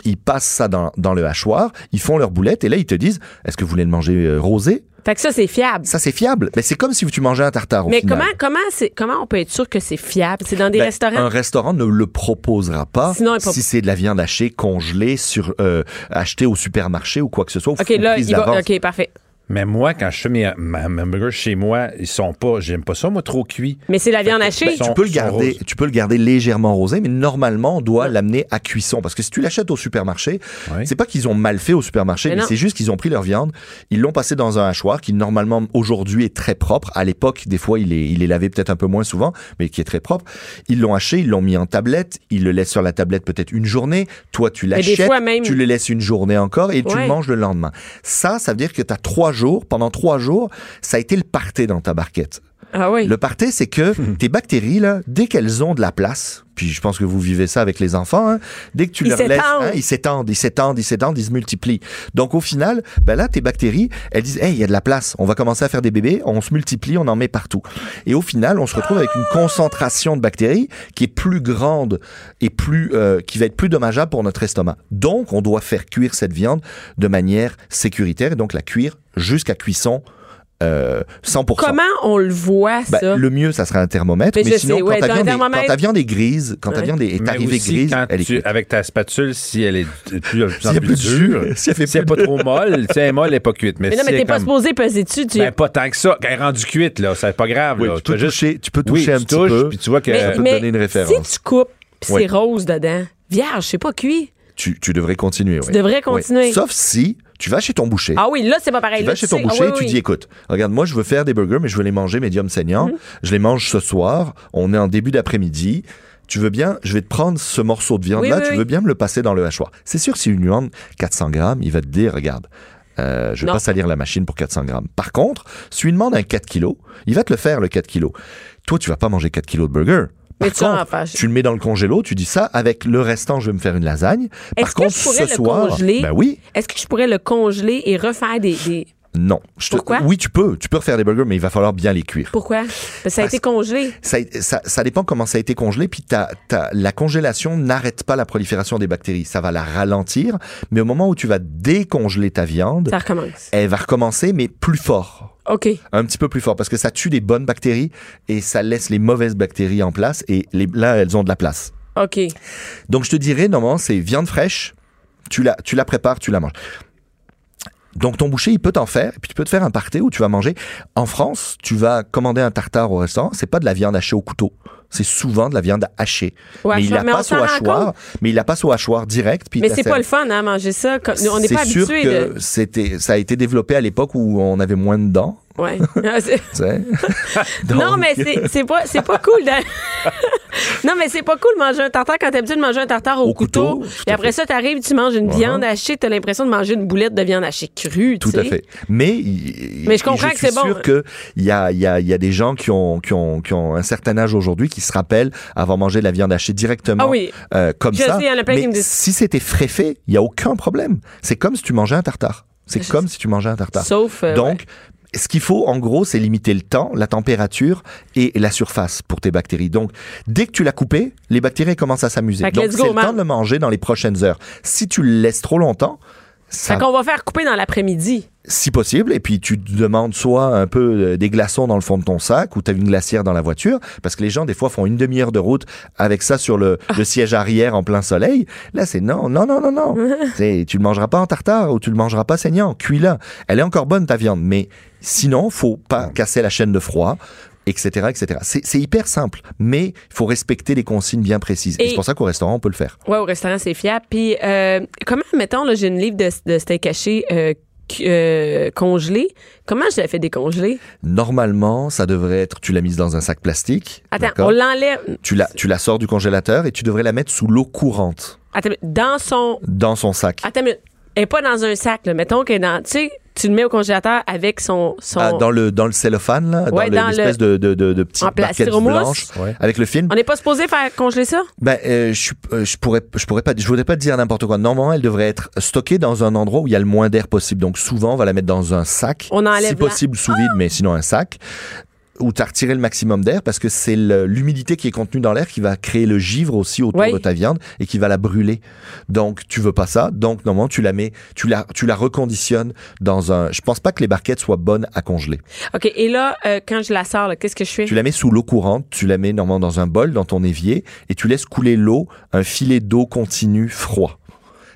Speaker 4: Ils passent ça dans, dans le hachoir, ils font leur boulette et là ils te disent est-ce que vous voulez le manger euh, rosé
Speaker 3: Fait que ça, c'est fiable.
Speaker 4: Ça c'est fiable, mais c'est comme si tu mangeais un tartare au
Speaker 3: Mais
Speaker 4: final.
Speaker 3: comment, comment, c'est, comment on peut être sûr que c'est fiable? C'est dans des
Speaker 4: Ben,
Speaker 3: restaurants.
Speaker 4: Un restaurant ne le proposera pas
Speaker 3: Sinon, il prop-
Speaker 4: si c'est de la viande hachée, congelée, sur, euh, achetée au supermarché ou quoi que ce soit. ou
Speaker 3: OK,
Speaker 4: f- ou
Speaker 3: là,
Speaker 4: prise
Speaker 3: il va.
Speaker 4: d'avance.
Speaker 3: OK, parfait.
Speaker 5: Mais moi, quand je fais mes, ma- mes hamburgers chez moi, ils sont pas. J'aime pas ça, moi, trop cuit.
Speaker 3: Mais c'est la viande hachée.
Speaker 5: sont-
Speaker 4: Tu peux, le
Speaker 5: sont
Speaker 4: garder,
Speaker 5: roses.
Speaker 4: tu peux le garder légèrement rosé, mais normalement, on doit l'amener à cuisson. Parce que si tu l'achètes au supermarché,
Speaker 5: Ouais.
Speaker 4: c'est pas qu'ils ont mal fait au supermarché,
Speaker 3: Mais
Speaker 4: mais,
Speaker 3: non.
Speaker 4: c'est juste qu'ils ont pris leur viande, ils l'ont passé dans un hachoir qui, normalement, aujourd'hui est très propre. À l'époque, des fois, il est, il est lavé peut-être un peu moins souvent, mais qui est très propre. Ils l'ont haché, ils l'ont mis en tablette, ils le laissent sur la tablette peut-être une journée. Toi, tu
Speaker 3: des
Speaker 4: l'achètes,
Speaker 3: fois même-
Speaker 4: tu le laisses une journée encore et tu
Speaker 3: Ouais.
Speaker 4: le manges le lendemain. Ça, ça veut dire que tu as trois jours, pendant trois jours, ça a été le parté dans ta barquette.
Speaker 3: Ah oui. Hmm.
Speaker 4: Le parté, c'est que tes bactéries, là, dès qu'elles ont de la place, puis je pense que vous vivez ça avec les enfants, hein, dès que tu
Speaker 3: Ils
Speaker 4: leur laisses,
Speaker 3: s'étendent.
Speaker 4: hein, ils s'étendent, ils s'étendent, ils s'étendent, ils se multiplient. Donc au final, ben là, tes bactéries, elles disent, hey, il y a de la place, on va commencer à faire des bébés, on se multiplie, on en met partout. Et au final, on se retrouve avec une concentration de bactéries qui est plus grande et plus, euh, qui va être plus dommageable pour notre estomac. Donc, on doit faire cuire cette viande de manière sécuritaire et donc la cuire jusqu'à cuisson euh, 100%.
Speaker 3: Comment on le voit,
Speaker 4: Ben,
Speaker 3: ça?
Speaker 4: le mieux, ça serait un thermomètre.
Speaker 3: Mais
Speaker 4: Mais,
Speaker 3: je
Speaker 4: sinon,
Speaker 3: sais,
Speaker 4: quand,
Speaker 3: ouais,
Speaker 4: ta
Speaker 3: t'as un
Speaker 4: viande est- quand
Speaker 3: thermomètre.
Speaker 4: ta viande est grise, quand ta
Speaker 3: Ouais.
Speaker 4: viande est, est
Speaker 5: Mais
Speaker 4: arrivée
Speaker 5: aussi,
Speaker 4: grise,
Speaker 5: quand
Speaker 4: elle est
Speaker 5: tu-
Speaker 4: cuite.
Speaker 5: avec ta spatule, si elle est de plus, de plus en
Speaker 4: S'il y a
Speaker 5: plus
Speaker 4: plus de jus,
Speaker 5: dure,
Speaker 4: si elle fait
Speaker 5: si elle est
Speaker 4: plus
Speaker 5: pas
Speaker 4: de-
Speaker 5: trop molle, si elle est molle, elle n'est pas cuite. Mais,
Speaker 3: mais non,
Speaker 5: si
Speaker 3: mais
Speaker 5: elle
Speaker 3: t'es
Speaker 5: est
Speaker 3: pas
Speaker 5: comme-
Speaker 3: supposé peser dessus. Tu...
Speaker 5: Ben, pas tant que ça. Quand elle est rendue cuite, là, c'est pas grave.
Speaker 4: Oui,
Speaker 5: là.
Speaker 4: tu peux
Speaker 5: fais juste-
Speaker 4: toucher- tu peux
Speaker 5: Oui,
Speaker 4: toucher un
Speaker 5: tu
Speaker 4: petit
Speaker 5: touches,
Speaker 4: peu.
Speaker 5: Puis tu vois que.
Speaker 4: peut te
Speaker 3: mais
Speaker 4: euh, donner une référence.
Speaker 3: Si tu coupes, puis
Speaker 4: Oui.
Speaker 3: c'est rose dedans, vierge, c'est pas cuit.
Speaker 4: Tu, tu devrais continuer. Tu
Speaker 3: devrais continuer.
Speaker 4: Sauf si tu vas chez ton boucher.
Speaker 3: Ah oui, là, c'est pas pareil.
Speaker 4: Tu
Speaker 3: Là,
Speaker 4: vas chez ton
Speaker 3: sais-
Speaker 4: boucher
Speaker 3: ah oui,
Speaker 4: et tu
Speaker 3: oui.
Speaker 4: dis écoute, regarde, moi je veux faire des burgers, mais je veux les manger médium saignant.
Speaker 3: Mm-hmm.
Speaker 4: Je les mange ce soir. On est en début d'après-midi. Tu veux bien, je vais te prendre ce morceau de viande là.
Speaker 3: Oui, oui,
Speaker 4: tu
Speaker 3: oui.
Speaker 4: veux bien me le passer dans le hachoir. C'est sûr, si une viande 400 grammes, il va te dire regarde. euh, je vais
Speaker 3: Non.
Speaker 4: pas salir la machine pour 400 grammes. Par contre, si tu lui demandes un 4 kilos, il va te le faire, le 4 kilos. Toi, tu vas pas manger 4 kilos de burger. Par
Speaker 3: Mais tu vas en
Speaker 4: contre,
Speaker 3: faire.
Speaker 4: tu le mets dans le congélo, tu dis ça, avec le restant, je vais me faire une lasagne. Par
Speaker 3: Est-ce que
Speaker 4: contre,
Speaker 3: je pourrais
Speaker 4: ce
Speaker 3: le
Speaker 4: soir,
Speaker 3: congeler?
Speaker 4: ben oui,
Speaker 3: Est-ce que je pourrais le congeler et refaire des. des-
Speaker 4: non. Je te-
Speaker 3: Pourquoi?
Speaker 4: Oui, tu peux. Tu peux refaire des burgers, mais il va falloir bien les cuire.
Speaker 3: Pourquoi? Parce que ça a
Speaker 4: Parce-
Speaker 3: été congelé.
Speaker 4: Ça, ça, ça dépend comment ça a été congelé, puis ta- ta- la congélation n'arrête pas la prolifération des bactéries. Ça va la ralentir, mais au moment où tu vas décongeler ta viande,
Speaker 3: Ça recommence.
Speaker 4: elle va recommencer, mais plus fort.
Speaker 3: OK.
Speaker 4: Un petit peu plus fort, parce que ça tue les bonnes bactéries et ça laisse les mauvaises bactéries en place, et les, là, elles ont de la place.
Speaker 3: OK.
Speaker 4: Donc je te dirais, normalement, c'est viande fraîche, tu la, tu la prépares, tu la manges. Donc ton boucher, il peut t'en faire, puis tu peux te faire un parté où tu vas manger. En France, tu vas commander un tartare au restaurant, c'est pas de la viande hachée au couteau, c'est souvent de la viande hachée.
Speaker 3: Au
Speaker 4: mais il
Speaker 3: hachoir,
Speaker 4: la
Speaker 3: mais on
Speaker 4: passe au
Speaker 3: s'en rend
Speaker 4: hachoir,
Speaker 3: compte.
Speaker 4: mais il la passe au hachoir direct. Puis il
Speaker 3: Mais
Speaker 4: te la
Speaker 3: c'est
Speaker 4: sert.
Speaker 3: pas le fun, hein, manger ça. Comme- nous, On n'est pas
Speaker 4: C'est sûr
Speaker 3: habitué
Speaker 4: que
Speaker 3: de.
Speaker 4: c'était, ça a été développé à l'époque où on avait moins de dents.
Speaker 3: Ouais. C'est-
Speaker 4: tu sais.
Speaker 3: non,
Speaker 4: Donc,
Speaker 3: mais c'est c'est pas, c'est pas cool. de- non, mais c'est pas cool de manger un tartare quand t'es habitué de manger un tartare au,
Speaker 4: Au couteau,
Speaker 3: couteau.
Speaker 4: tout
Speaker 3: Et
Speaker 4: à
Speaker 3: après
Speaker 4: fait.
Speaker 3: ça,
Speaker 4: Uh-huh.
Speaker 3: t'arrives, tu manges une viande hachée, t'as l'impression de manger une boulette de viande hachée crue.
Speaker 4: Tout
Speaker 3: tu
Speaker 4: à
Speaker 3: sais.
Speaker 4: fait. Mais, il-
Speaker 3: Mais je comprends que
Speaker 4: suis
Speaker 3: c'est bon.
Speaker 4: sûr que il y a, il y, a, il y a des gens qui ont, qui, ont, qui ont un certain âge aujourd'hui qui se rappellent avoir mangé de la viande hachée directement
Speaker 3: Ah oui.
Speaker 4: euh, comme
Speaker 3: Je
Speaker 4: ça.
Speaker 3: sais, il y en a plein qui me
Speaker 4: Mais
Speaker 3: disent-
Speaker 4: si c'était frais fait, il y a aucun problème. C'est comme si tu mangeais un tartare. C'est comme si tu mangeais un tartare.
Speaker 3: Sauf, euh,
Speaker 4: Donc, ce qu'il faut, en gros, c'est limiter le temps, la température et la surface pour tes bactéries. Donc, dès que tu l'as coupé, les bactéries elles commencent à s'amuser.
Speaker 3: Fait que
Speaker 4: Donc,
Speaker 3: let's go,
Speaker 4: c'est le
Speaker 3: man.
Speaker 4: temps de le manger dans les prochaines heures. Si tu le laisses trop longtemps, ça
Speaker 3: Fait qu'on va faire couper dans l'après-midi.
Speaker 4: si possible, et puis tu te demandes soit un peu euh, des glaçons dans le fond de ton sac ou tu as une glacière dans la voiture, parce que les gens, des fois, font une demi-heure de route avec ça sur le,
Speaker 3: Ah.
Speaker 4: le siège arrière en plein soleil. Là, c'est non, non, non, non, non. C'est- tu le mangeras pas en tartare ou tu le mangeras pas saignant. Cuis-la. Elle est encore bonne, ta viande, mais sinon, faut pas casser la chaîne de froid. Etc. etc. C'est c'est hyper simple, mais il faut respecter les consignes bien précises. Et,
Speaker 3: Et-
Speaker 4: c'est pour ça qu'au restaurant, on peut le faire.
Speaker 3: Ouais, au restaurant, c'est fiable. Puis, euh, comment, mettons, là, j'ai une livre de, de steak haché euh, cu- euh, congelé. Comment je la fais décongeler?
Speaker 4: Normalement, ça devrait être, tu l'as mise dans un sac plastique.
Speaker 3: Attends,
Speaker 4: d'accord
Speaker 3: on l'enlève.
Speaker 4: Tu la, tu la sors du congélateur et tu devrais la mettre sous l'eau courante
Speaker 3: Attends, dans son.
Speaker 4: dans son sac.
Speaker 3: Attends, mais elle est pas dans un sac, là. Mettons qu'elle est dans. Tu sais, tu le mets au congélateur avec son. son...
Speaker 4: Ah, dans le dans le cellophane là,
Speaker 3: Ouais,
Speaker 4: dans le-
Speaker 3: dans
Speaker 4: l'espèce de de de, de petite
Speaker 3: En plastique
Speaker 4: barquette
Speaker 3: remousse.
Speaker 4: blanche
Speaker 5: Ouais.
Speaker 4: avec le film.
Speaker 3: On n'est pas supposé faire congeler ça?
Speaker 4: Ben euh, je suis- euh, je pourrais je pourrais pas je voudrais pas dire n'importe quoi. Normalement, elle devrait être stockée dans un endroit où il y a le moins d'air possible. Donc souvent, on va la mettre dans un sac,
Speaker 3: On enlève
Speaker 4: si
Speaker 3: la-
Speaker 4: possible sous vide, mais sinon un sac où tu as retiré le maximum d'air parce que c'est le- l'humidité qui est contenue dans l'air qui va créer le givre aussi autour
Speaker 3: Oui.
Speaker 4: de ta viande et qui va la brûler. Donc tu veux pas ça. Donc normalement, tu la mets, tu la tu la reconditionnes dans un je pense pas que les barquettes soient bonnes à congeler.
Speaker 3: OK. Et là, euh, quand je la sors, là, qu'est-ce que je fais?
Speaker 4: Tu la mets sous l'eau courante, tu la mets normalement dans un bol, dans ton évier, et tu laisses couler l'eau, un filet d'eau continu, froid.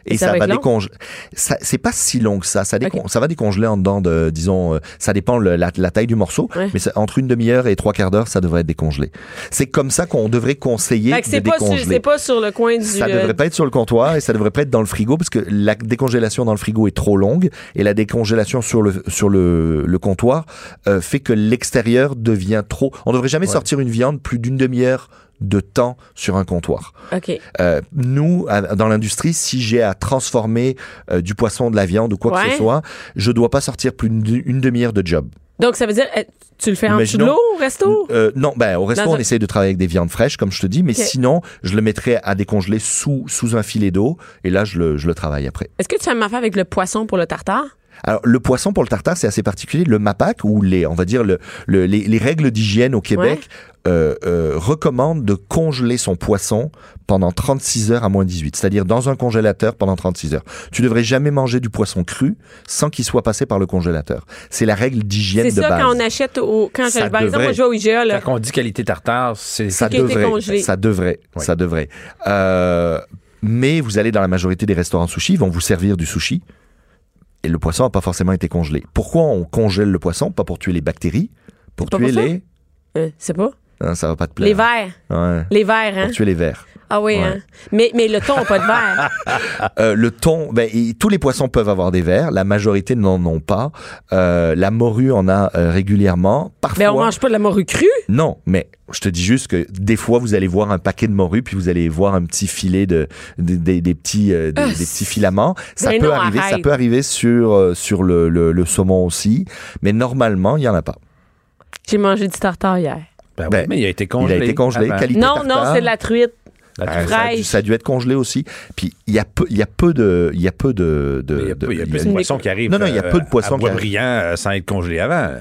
Speaker 4: Et,
Speaker 3: Et ça
Speaker 4: ça,
Speaker 3: va
Speaker 4: va
Speaker 3: être long?
Speaker 4: décongeler. C'est pas si long que ça. Ça, décon- ça va décongeler en dedans de, disons, euh, ça dépend le- la, la taille du morceau,
Speaker 3: Ouais.
Speaker 4: mais ça- entre une demi-heure et trois quarts d'heure, ça devrait être décongelé. C'est comme ça qu'on devrait conseiller
Speaker 3: Fait que
Speaker 4: de
Speaker 3: c'est pas, sur,
Speaker 4: décongeler.
Speaker 3: c'est pas sur le coin du.
Speaker 4: Ça
Speaker 3: euh,
Speaker 4: devrait pas être sur le comptoir et ça devrait pas être dans le frigo parce que la décongélation dans le frigo est trop longue et la décongélation sur le sur le, le comptoir euh, fait que l'extérieur devient trop. On devrait jamais sortir une viande plus d'une demi-heure de temps sur un comptoir.
Speaker 3: OK.
Speaker 4: Euh, nous, à- dans l'industrie, si j'ai à transformer euh, du poisson, de la viande ou quoi que
Speaker 3: Ouais.
Speaker 4: ce soit, je dois pas sortir plus d'une une demi-heure de job.
Speaker 3: Donc, ça veut dire, euh, tu le fais en dessous de
Speaker 4: Imaginons-
Speaker 3: l'eau au resto?
Speaker 4: Euh, non, ben, au resto,
Speaker 3: Dans
Speaker 4: on
Speaker 3: un-
Speaker 4: essaye de travailler avec des viandes fraîches, comme je te dis, mais
Speaker 3: Ok.
Speaker 4: sinon, je le mettrais à décongeler sous, sous un filet d'eau, et là, je le, je le travaille après.
Speaker 3: Est-ce que tu fais la même affaire avec le poisson pour le tartare?
Speaker 4: Alors, le poisson pour le tartare, c'est assez particulier. Le MAPAC, ou les, on va dire, le, le- les, les règles d'hygiène au Québec, euh, euh, recommandent de congeler son poisson pendant 36 heures à moins 18, c'est-à-dire dans un congélateur pendant 36 heures. Tu devrais jamais manger du poisson cru sans qu'il soit passé par le congélateur. C'est la règle d'hygiène
Speaker 3: C'est
Speaker 4: de
Speaker 3: ça
Speaker 4: base.
Speaker 3: quand on achète au. Quand
Speaker 5: Ça
Speaker 3: je- par exemple,
Speaker 5: devrait.
Speaker 3: moi, je vais au IGA, là.
Speaker 5: Quand on dit qualité tartare, c'est
Speaker 4: ça
Speaker 3: qui a été
Speaker 4: devrait,
Speaker 3: congelé.
Speaker 4: ça devrait,
Speaker 5: Oui.
Speaker 4: ça devrait. Euh, mais vous allez dans la majorité des restaurants de sushi, ils vont vous servir du sushi et le poisson n'a pas forcément été congelé. Pourquoi on congèle le poisson Pas pour tuer les bactéries, pour
Speaker 3: pas
Speaker 4: tuer
Speaker 3: pour ça?
Speaker 4: les.
Speaker 3: Euh, c'est pas.
Speaker 4: Hein, ça va pas te plaire.
Speaker 3: Les verres.
Speaker 4: Ouais.
Speaker 3: Les verres, hein?
Speaker 4: Pour tuer les vers.
Speaker 3: Ah oui,
Speaker 4: Ouais.
Speaker 3: hein? Mais, mais le thon n'a pas de verre.
Speaker 4: Euh, le thon, ben, et tous les poissons peuvent avoir des vers. La majorité n'en ont pas. Euh, la morue en a euh, régulièrement. Parfois.
Speaker 3: Mais Ben, on mange pas de la morue crue.
Speaker 4: Non, mais je te dis juste que des fois, vous allez voir un paquet de morue, puis vous allez voir un petit filet de, de- des- des petits, euh, des,
Speaker 3: Ah,
Speaker 4: des petits filaments. Ça
Speaker 3: mais
Speaker 4: peut
Speaker 3: non,
Speaker 4: arriver, ça
Speaker 3: arrête.
Speaker 4: peut arriver sur, euh, sur le, le- le saumon aussi, mais normalement, il y en a pas.
Speaker 3: J'ai mangé du tartare hier.
Speaker 5: Ben oui,
Speaker 4: Ben,
Speaker 5: mais il a été
Speaker 4: Il
Speaker 5: congelé. Ah ben.
Speaker 4: a été congelé,
Speaker 5: avant.
Speaker 4: qualité
Speaker 3: Non,
Speaker 4: tartare.
Speaker 3: non, c'est de la truite.
Speaker 5: La
Speaker 4: Ben, ça, a dû-
Speaker 3: fraîche.
Speaker 4: ça a dû être congelé aussi. Puis il y a peu, il y a peu de, il y a peu de, de-
Speaker 5: Il y a
Speaker 4: de-
Speaker 5: peu, il y a
Speaker 4: il
Speaker 5: peu
Speaker 4: y a-
Speaker 5: de poissons qui arrivent.
Speaker 4: Non, non, il y a peu de poissons
Speaker 5: qui
Speaker 4: qui
Speaker 5: arrivent.
Speaker 4: arrivent.
Speaker 5: brillant euh, sans être congelé avant.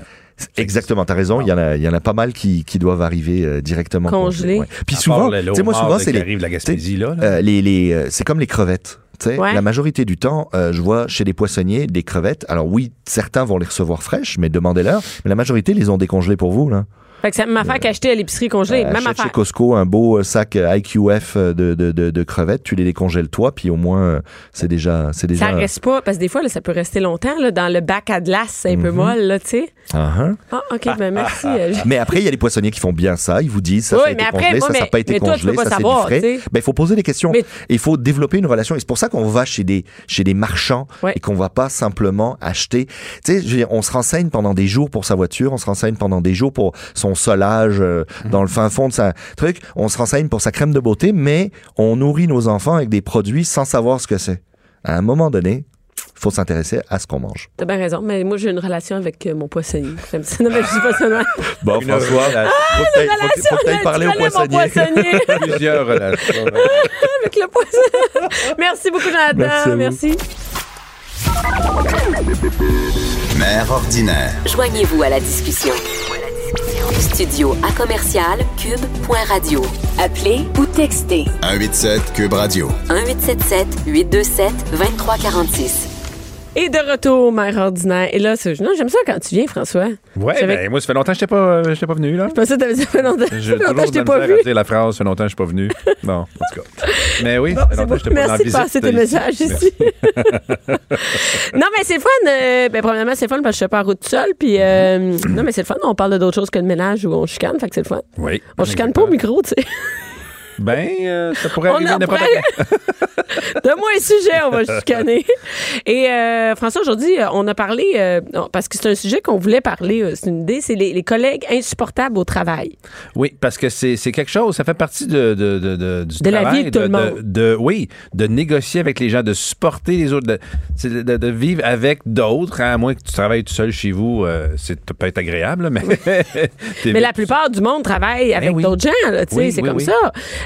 Speaker 4: Exactement, t'as raison. Il y en a, il y en a pas mal qui, qui doivent arriver euh, directement
Speaker 3: Congelés.
Speaker 4: congelés. ouais. Puis souvent, tu sais, moi souvent c'est les,
Speaker 5: arrive de la Gaspésie là. là.
Speaker 4: Euh, les, les, euh, c'est comme les crevettes. tu sais.
Speaker 3: Ouais.
Speaker 4: La majorité du temps, euh, je vois chez les poissonniers des crevettes. Alors oui, certains vont les recevoir fraîches, mais demandez-leur. Mais la majorité les ont décongelées pour vous. Là.
Speaker 3: Fait que ça m'a fait qu'acheter à l'épicerie congelée.
Speaker 4: Euh,
Speaker 3: même
Speaker 4: achète
Speaker 3: affaire.
Speaker 4: chez Costco un beau euh, sac euh, IQF euh, de, de, de, de crevettes, tu les décongèles toi, puis au moins euh, c'est déjà, c'est
Speaker 3: Ça
Speaker 4: déjà.
Speaker 3: reste pas, parce que des fois, là, ça peut rester longtemps, là, dans le bac à glace, c'est un peu molle, là, tu sais.
Speaker 4: Ah, hein.
Speaker 3: Ah, OK, ben merci. euh, j'ai-
Speaker 4: Mais après, il y a les poissonniers qui font bien ça. Ils vous disent ça,
Speaker 3: Oui,
Speaker 4: ça a été
Speaker 3: mais après,
Speaker 4: congelé,
Speaker 3: moi,
Speaker 4: ça, ça n'a
Speaker 3: mais-
Speaker 4: pas été
Speaker 3: mais toi, tu
Speaker 4: congelé,
Speaker 3: peux pas
Speaker 4: ça c'est
Speaker 3: savoir,
Speaker 4: du frais.
Speaker 3: tu sais.
Speaker 4: Ben, il faut poser des questions.
Speaker 3: Mais-
Speaker 4: Et il faut développer une relation. Et c'est pour ça qu'on va chez des, chez des marchands
Speaker 3: Ouais.
Speaker 4: et qu'on va pas simplement acheter. Tu sais, je veux dire, on se renseigne pendant des jours pour sa voiture, on se renseigne pendant des jours pour son solage euh,
Speaker 3: Mmh.
Speaker 4: dans le fin fond de sa truc, on se renseigne pour sa crème de beauté, mais on nourrit nos enfants avec des produits sans savoir ce que c'est. À un moment donné, faut s'intéresser à ce qu'on mange.
Speaker 3: T'as bien raison, mais moi, j'ai une relation avec euh, mon poissonnier. J'aime ça. Non, mais je dis pas ça de même.
Speaker 4: Bon,
Speaker 5: Une
Speaker 4: François,
Speaker 5: relation.
Speaker 4: faut que t'ailles- faut que- faut que t'ailles
Speaker 3: Ah, Tu
Speaker 4: parler au
Speaker 3: connais mon
Speaker 4: poissonnier.
Speaker 3: poissonnier
Speaker 5: Plusieurs relations.
Speaker 3: avec le poisson. merci beaucoup, Jonathan.
Speaker 4: Merci à vous.
Speaker 3: merci.
Speaker 2: Mère ordinaire.
Speaker 1: Joignez-vous à la discussion. Studio à commercial cube.radio. Appelez ou textez
Speaker 2: 187 Cube Radio.
Speaker 1: 1877 827 2346.
Speaker 3: Et de retour, mère ordinaire. Et là, c'est- non, j'aime ça quand tu viens, François.
Speaker 5: Ouais,
Speaker 3: J'avais-
Speaker 5: ben, moi, ça fait longtemps que je n'étais pas, euh, j'étais pas venu là.
Speaker 3: Pas ça, t'avais dit, ça fait longtemps ça
Speaker 5: J'ai
Speaker 3: fait
Speaker 5: toujours
Speaker 3: longtemps que je
Speaker 5: de
Speaker 3: t'ai
Speaker 5: la
Speaker 3: pas
Speaker 5: misère
Speaker 3: vu.
Speaker 5: à dire la phrase, ça fait longtemps que je suis pas venu. Non, en tout cas. Mais oui, ça fait
Speaker 3: C'est
Speaker 5: longtemps
Speaker 3: bon.
Speaker 5: que je n'étais pas dans la
Speaker 3: Merci de
Speaker 5: visite.
Speaker 3: passer tes messages ici. non, mais c'est le fun. euh, ben, premièrement, c'est le fun parce que je suis pas en route seule. Puis, euh,
Speaker 5: Mm-hmm.
Speaker 3: non, mais c'est le fun. On parle de d'autres choses que de ménage où on chicane. Fait que c'est le fun.
Speaker 5: Oui.
Speaker 3: On chicane pas au micro, tu sais.
Speaker 5: Ben, euh, ça pourrait
Speaker 3: On
Speaker 5: arriver
Speaker 3: en
Speaker 5: n'importe
Speaker 3: prend-
Speaker 5: quand.
Speaker 3: Donne-moi un sujet, on va chicaner. Et euh, François, aujourd'hui, euh, on a parlé, euh, non, parce que c'est un sujet qu'on voulait parler, euh, c'est une idée, c'est les, les collègues insupportables au travail.
Speaker 5: Oui, parce que c'est c'est quelque chose, ça fait partie de, de, de, de- du
Speaker 3: De la
Speaker 5: travail,
Speaker 3: vie de tout le monde.
Speaker 5: de- oui, de négocier avec les gens, de supporter les autres, de, c'est de- de- de vivre avec d'autres, hein, à moins que tu travailles tout seul chez vous, euh, c'est ça peut être agréable, là, mais...
Speaker 3: Mais la plupart du monde travaille avec
Speaker 5: Ben oui.
Speaker 3: d'autres gens, là, tu sais,
Speaker 5: Oui,
Speaker 3: c'est
Speaker 5: oui,
Speaker 3: comme
Speaker 5: oui.
Speaker 3: ça.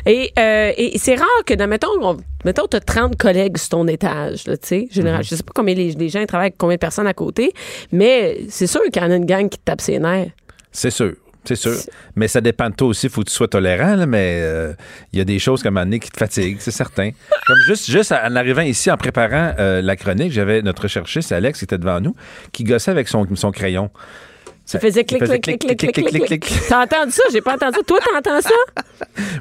Speaker 3: Et, euh, et c'est rare que, dans- mettons, on- mettons, t'as 30 collègues sur ton étage, là, tu sais, général.
Speaker 5: Mm-hmm.
Speaker 3: Je sais pas combien les, les gens ils travaillent avec combien de personnes à côté, mais c'est sûr qu'il y en a une gang qui te tape ses nerfs.
Speaker 5: C'est sûr. C'est sûr. Mais ça dépend de toi aussi. Il faut que tu sois tolérant, là, mais euh, il y a des choses comme un moment donné qui te fatiguent, c'est certain. Comme juste, juste en arrivant ici, en préparant euh, la chronique, j'avais notre chercheuse, Alex, qui était devant nous, qui gossait avec son, son crayon.
Speaker 3: Tu faisais clic,
Speaker 5: faisait
Speaker 3: clic, clic, clic, clic, clic, clic. T'as entendu ça? J'ai pas entendu ça. Toi, t'entends ça?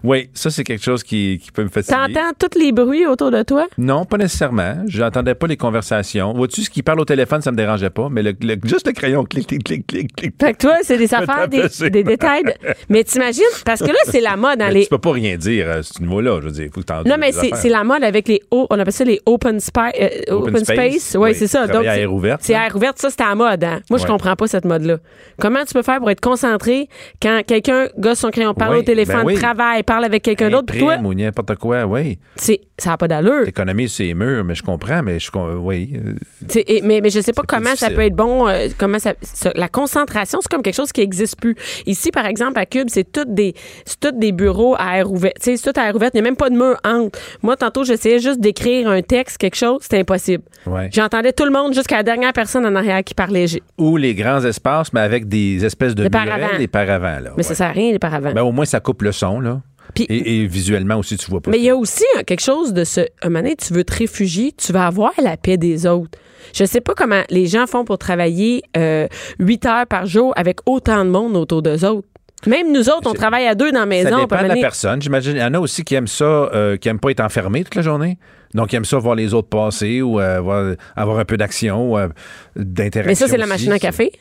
Speaker 5: Oui, ça, c'est quelque chose qui, qui peut me fatiguer.
Speaker 3: T'entends tous les bruits autour de toi?
Speaker 5: Non, pas nécessairement. J'entendais pas les conversations. Vois-tu, ce qui parle au téléphone, ça me dérangeait pas, mais le- le- juste le crayon, clic, clic, clic, clic, clic.
Speaker 3: Fait que toi, c'est des affaires,
Speaker 5: tape
Speaker 3: des,
Speaker 5: dessus.
Speaker 3: des détails. de- Mais t'imagines, parce que là, c'est la mode dans
Speaker 5: Mais
Speaker 3: les.
Speaker 5: Tu peux pas rien dire à ce niveau-là, je veux dire. Faut que t'en
Speaker 3: Non,
Speaker 5: dises
Speaker 3: mais
Speaker 5: des
Speaker 3: c'est
Speaker 5: affaires.
Speaker 3: c'est la mode avec les o- on appelle ça les open, spi- euh, open,
Speaker 5: Open
Speaker 3: space.
Speaker 5: space,
Speaker 3: Oui,
Speaker 5: oui.
Speaker 3: c'est ça.
Speaker 5: Travailler à
Speaker 3: c'est-
Speaker 5: air ouverte,
Speaker 3: C'est
Speaker 5: hein.
Speaker 3: à air ouverte, ça, c'était la mode. hein. Moi, je
Speaker 5: Ouais.
Speaker 3: comprends pas cette mode-là. Comment tu peux faire pour être concentré quand quelqu'un gosse son crayon, parle
Speaker 5: Oui,
Speaker 3: au téléphone,
Speaker 5: ben oui.
Speaker 3: travaille, parle avec quelqu'un d'autre, puis toi,
Speaker 5: Imprime ou n'importe quoi, oui.
Speaker 3: c'est- ça n'a pas d'allure.
Speaker 5: Économie, c'est mûr, mais je comprends, mais je. con- Oui. euh,
Speaker 3: Tu sais, et- mais, mais je sais pas
Speaker 5: C'est plus
Speaker 3: comment ça
Speaker 5: difficile.
Speaker 3: peut être bon. euh, comment ça, ça- la concentration, c'est comme quelque chose qui existe plus. Ici, par exemple, à Cube, c'est toutes des, c'est toutes des bureaux à air ouvert. Tu sais, c'est tout à air ouverte. Il n'y a même pas de mur entre. Moi, tantôt, j'essayais juste d'écrire un texte, quelque chose. C'était impossible.
Speaker 5: Ouais.
Speaker 3: J'entendais tout le monde jusqu'à la dernière personne en arrière qui parlait. J'ai-
Speaker 5: Ou les grands espaces, mais avec des espèces de
Speaker 3: Des
Speaker 5: murets,
Speaker 3: paravents.
Speaker 5: des paravents, là.
Speaker 3: Mais ça
Speaker 5: ouais.
Speaker 3: sert à rien, les paravents.
Speaker 5: Ben, au moins, ça coupe le son, là.
Speaker 3: Puis-
Speaker 5: et, et visuellement aussi, tu vois pas.
Speaker 3: Mais il y a aussi hein, quelque chose de ce. Un moment donné, tu veux te réfugier, tu vas avoir la paix des autres. Je sais pas comment les gens font pour travailler euh, 8 heures par jour avec autant de monde autour d'eux autres. Même nous autres, on travaille à deux dans la
Speaker 5: ça
Speaker 3: maison. on peut
Speaker 5: dépend de la
Speaker 3: mener-
Speaker 5: personne. J'imagine, il y en a aussi qui aiment ça, euh, qui aiment pas être enfermé toute la journée. Donc, qui aiment ça voir les autres passer ou euh, voir- avoir un peu d'action ou euh, d'interaction.
Speaker 3: Mais ça, c'est la
Speaker 5: aussi.
Speaker 3: machine à café.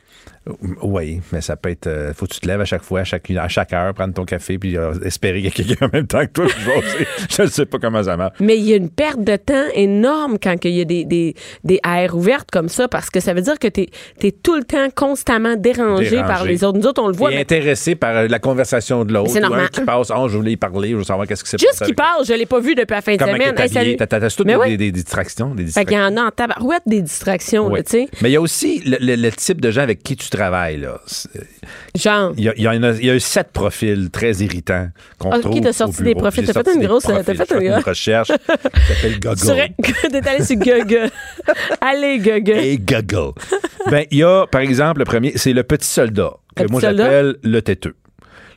Speaker 5: Oui, mais ça peut être. euh, faut que tu te lèves à chaque fois, à chaque, à chaque heure, prendre ton café, puis euh, espérer qu'il y a quelqu'un en même temps que toi. puis passer. Je ne sais pas comment ça marche.
Speaker 3: Mais il y a une perte de temps énorme quand il y a des, des, des aires ouvertes comme ça, parce que ça veut dire que tu es, tout le temps constamment dérangé,
Speaker 5: Dérangé.
Speaker 3: par les autres. Nous autres, on le voit.
Speaker 5: Et
Speaker 3: mais
Speaker 5: intéressé par euh, la conversation de l'autre.
Speaker 3: Mais c'est
Speaker 5: ou un
Speaker 3: normal.
Speaker 5: qui passe, oh, je voulais y parler, je veux savoir qu'est-ce qui s'est
Speaker 3: juste
Speaker 5: passé.
Speaker 3: qui
Speaker 5: avec-
Speaker 3: parle, je l'ai pas vu depuis la fin de
Speaker 5: Comment il
Speaker 3: semaine.
Speaker 5: est
Speaker 3: Hey,
Speaker 5: habillé.
Speaker 3: salut.
Speaker 5: T'as- t'as- t'as toutes
Speaker 3: Mais
Speaker 5: des,
Speaker 3: oui.
Speaker 5: des- des distractions. Des
Speaker 3: Fait qu'il y
Speaker 5: distractions.
Speaker 3: en a en tabarouette des distractions, là,
Speaker 5: Ouais.
Speaker 3: tu sais.
Speaker 5: Mais il y a aussi le, le- le type de gens avec qui tu travailles. Là. C'est-
Speaker 3: Genre.
Speaker 5: Il y, a, il y en a- il y a eu sept profils très irritants qu'on
Speaker 3: Ah, ok,
Speaker 5: trouve.
Speaker 3: t'as
Speaker 5: au
Speaker 3: sorti
Speaker 5: bureau.
Speaker 3: des profils.
Speaker 5: J'ai
Speaker 3: T'as fait
Speaker 5: sorti
Speaker 3: une
Speaker 5: des
Speaker 3: grosse- t'as
Speaker 5: profils.
Speaker 3: fait
Speaker 5: J'ai
Speaker 3: une-
Speaker 5: une recherche. qui s'appelle Gogol.
Speaker 3: Sur... T'es allé sur Google. Allez, Google.
Speaker 5: et goggle. ben, il y a, par exemple, le premier, c'est le petit soldat, que
Speaker 3: Le petit
Speaker 5: moi
Speaker 3: soldat?
Speaker 5: j'appelle le têteux.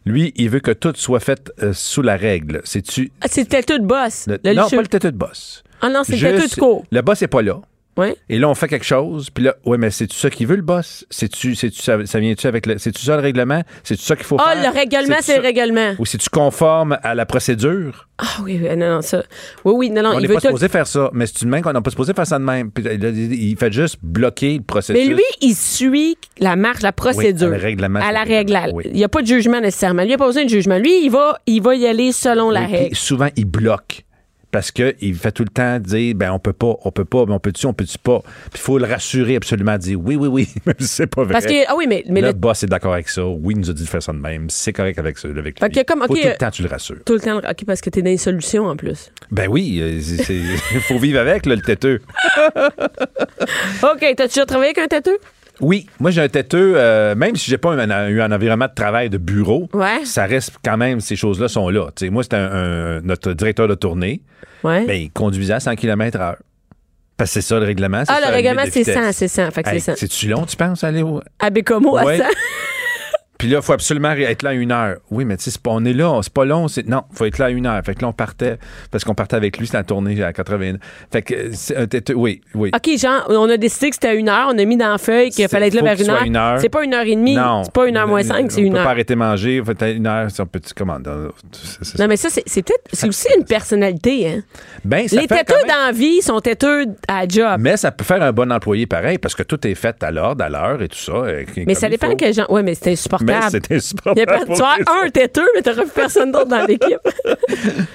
Speaker 5: Lui, il veut que tout soit fait euh, sous la règle. C'est-tu.
Speaker 3: Ah, c'est le têteux de boss.
Speaker 5: le-
Speaker 3: Le
Speaker 5: non,
Speaker 3: licheux.
Speaker 5: pas le têteux de boss.
Speaker 3: Ah non, c'est le
Speaker 5: Juste-
Speaker 3: têteux de cours.
Speaker 5: Le boss n'est pas là.
Speaker 3: Ouais.
Speaker 5: Et là, on fait quelque chose, puis là, ouais, mais c'est-tu ça qu'il veut, le boss? C'est-tu, c'est-tu, ça, ça vient-tu avec le. C'est-tu ça le règlement? C'est-tu ça qu'il faut
Speaker 3: Ah,
Speaker 5: faire?
Speaker 3: le règlement,
Speaker 5: C'est-tu
Speaker 3: c'est le
Speaker 5: ça-
Speaker 3: règlement.
Speaker 5: Ou si tu conformes à la procédure,
Speaker 3: Ah oui, oui, non, non, ça. Oui, oui, non, non,
Speaker 5: on
Speaker 3: Ah, il
Speaker 5: n'est
Speaker 3: veut
Speaker 5: pas
Speaker 3: tout.
Speaker 5: supposé faire ça. Mais c'est une même qu'on n'est pas supposé faire ça de même. Puis, là, il fait juste bloquer le processus.
Speaker 3: Mais lui, il suit la marche, la procédure.
Speaker 5: Oui, à la règlement,
Speaker 3: À
Speaker 5: c'est
Speaker 3: la
Speaker 5: le règlement,
Speaker 3: règle.
Speaker 5: oui.
Speaker 3: Il n'y a pas de jugement nécessairement. Lui, il n'y a pas besoin de jugement. Lui, il va, il va y aller selon la
Speaker 5: Oui, puis
Speaker 3: règle.
Speaker 5: souvent, il bloque. Parce qu'il fait tout le temps dire, ben, on peut pas, on peut pas, ben, on peut-tu, on peut-tu pas. Puis il faut le rassurer absolument, dire oui, oui, oui, même si c'est pas vrai.
Speaker 3: Parce que, ah oui, mais, mais
Speaker 5: le,
Speaker 3: le-
Speaker 5: boss est d'accord avec ça. Oui, il nous a dit de faire ça de même. C'est correct avec ça. Avec
Speaker 3: Fait
Speaker 5: lui.
Speaker 3: que comme,
Speaker 5: faut
Speaker 3: ok,
Speaker 5: tout
Speaker 3: euh,
Speaker 5: le temps, tu le rassures.
Speaker 3: tout le temps, OK, parce que t'es dans les solutions en plus.
Speaker 5: Ben oui, euh, c'est- c'est- il faut vivre avec, là, le têteux.
Speaker 3: OK, t'as-tu déjà travaillé avec un têteux?
Speaker 5: Oui, moi, j'ai un têteux, euh, même si j'ai pas eu un, eu un environnement de travail de bureau,
Speaker 3: Ouais.
Speaker 5: ça reste quand même, ces choses-là sont là. Tu sais, moi, c'était un- un- notre directeur de tournée.
Speaker 3: Ouais.
Speaker 5: Ben, il conduisait à 100 km h Parce que c'est ça le règlement. c'est
Speaker 3: Ah,
Speaker 5: ça,
Speaker 3: le
Speaker 5: la
Speaker 3: règlement,
Speaker 5: limite de
Speaker 3: c'est
Speaker 5: vitesse.
Speaker 3: 100, c'est 100. Fait que
Speaker 5: Hey,
Speaker 3: c'est 100.
Speaker 5: C'est-tu long, tu penses, aller au...
Speaker 3: À Bécomo,
Speaker 5: Ouais.
Speaker 3: à 100.
Speaker 5: Puis là, il faut absolument être là à une heure. Oui, mais tu sais, c'est pas- on est là, c'est pas long. c'est Non, faut être là à une heure. Fait que là, on partait, parce qu'on partait avec lui, c'est la tournée à 80. Fait que euh, c'est un têteux- Oui, oui.
Speaker 3: OK, genre, on a décidé que c'était à une heure, on a mis dans la feuille qu'il
Speaker 5: C'est-
Speaker 3: fallait être là
Speaker 5: faut
Speaker 3: vers
Speaker 5: qu'il
Speaker 3: une
Speaker 5: soit
Speaker 3: heure.
Speaker 5: une heure.
Speaker 3: C'est pas une heure et demie,
Speaker 5: Non.
Speaker 3: c'est pas une heure moins cinq, c'est
Speaker 5: on
Speaker 3: une
Speaker 5: peut pas
Speaker 3: heure.
Speaker 5: arrêter de manger, faut être à une heure, c'est un petit commandant. C'est- c'est-
Speaker 3: Non, mais ça, c'est c'est peut-être. C'est aussi une personnalité, hein.
Speaker 5: Ben, ça
Speaker 3: Les
Speaker 5: fait quand
Speaker 3: têteux
Speaker 5: même-
Speaker 3: dans la vie sont têteux à job.
Speaker 5: Mais ça peut faire un bon employé pareil, parce que tout est fait à l'ordre, à l'heure et tout ça. euh,
Speaker 3: Mais
Speaker 5: comme
Speaker 3: ça
Speaker 5: il
Speaker 3: dépend
Speaker 5: faut.
Speaker 3: quel genre. Ouais, mais c'est
Speaker 5: Mais
Speaker 3: insupportable.
Speaker 5: c'était super.
Speaker 3: Il y a pas- tu as un têteux, mais t'auras plus personne d'autre dans l'équipe.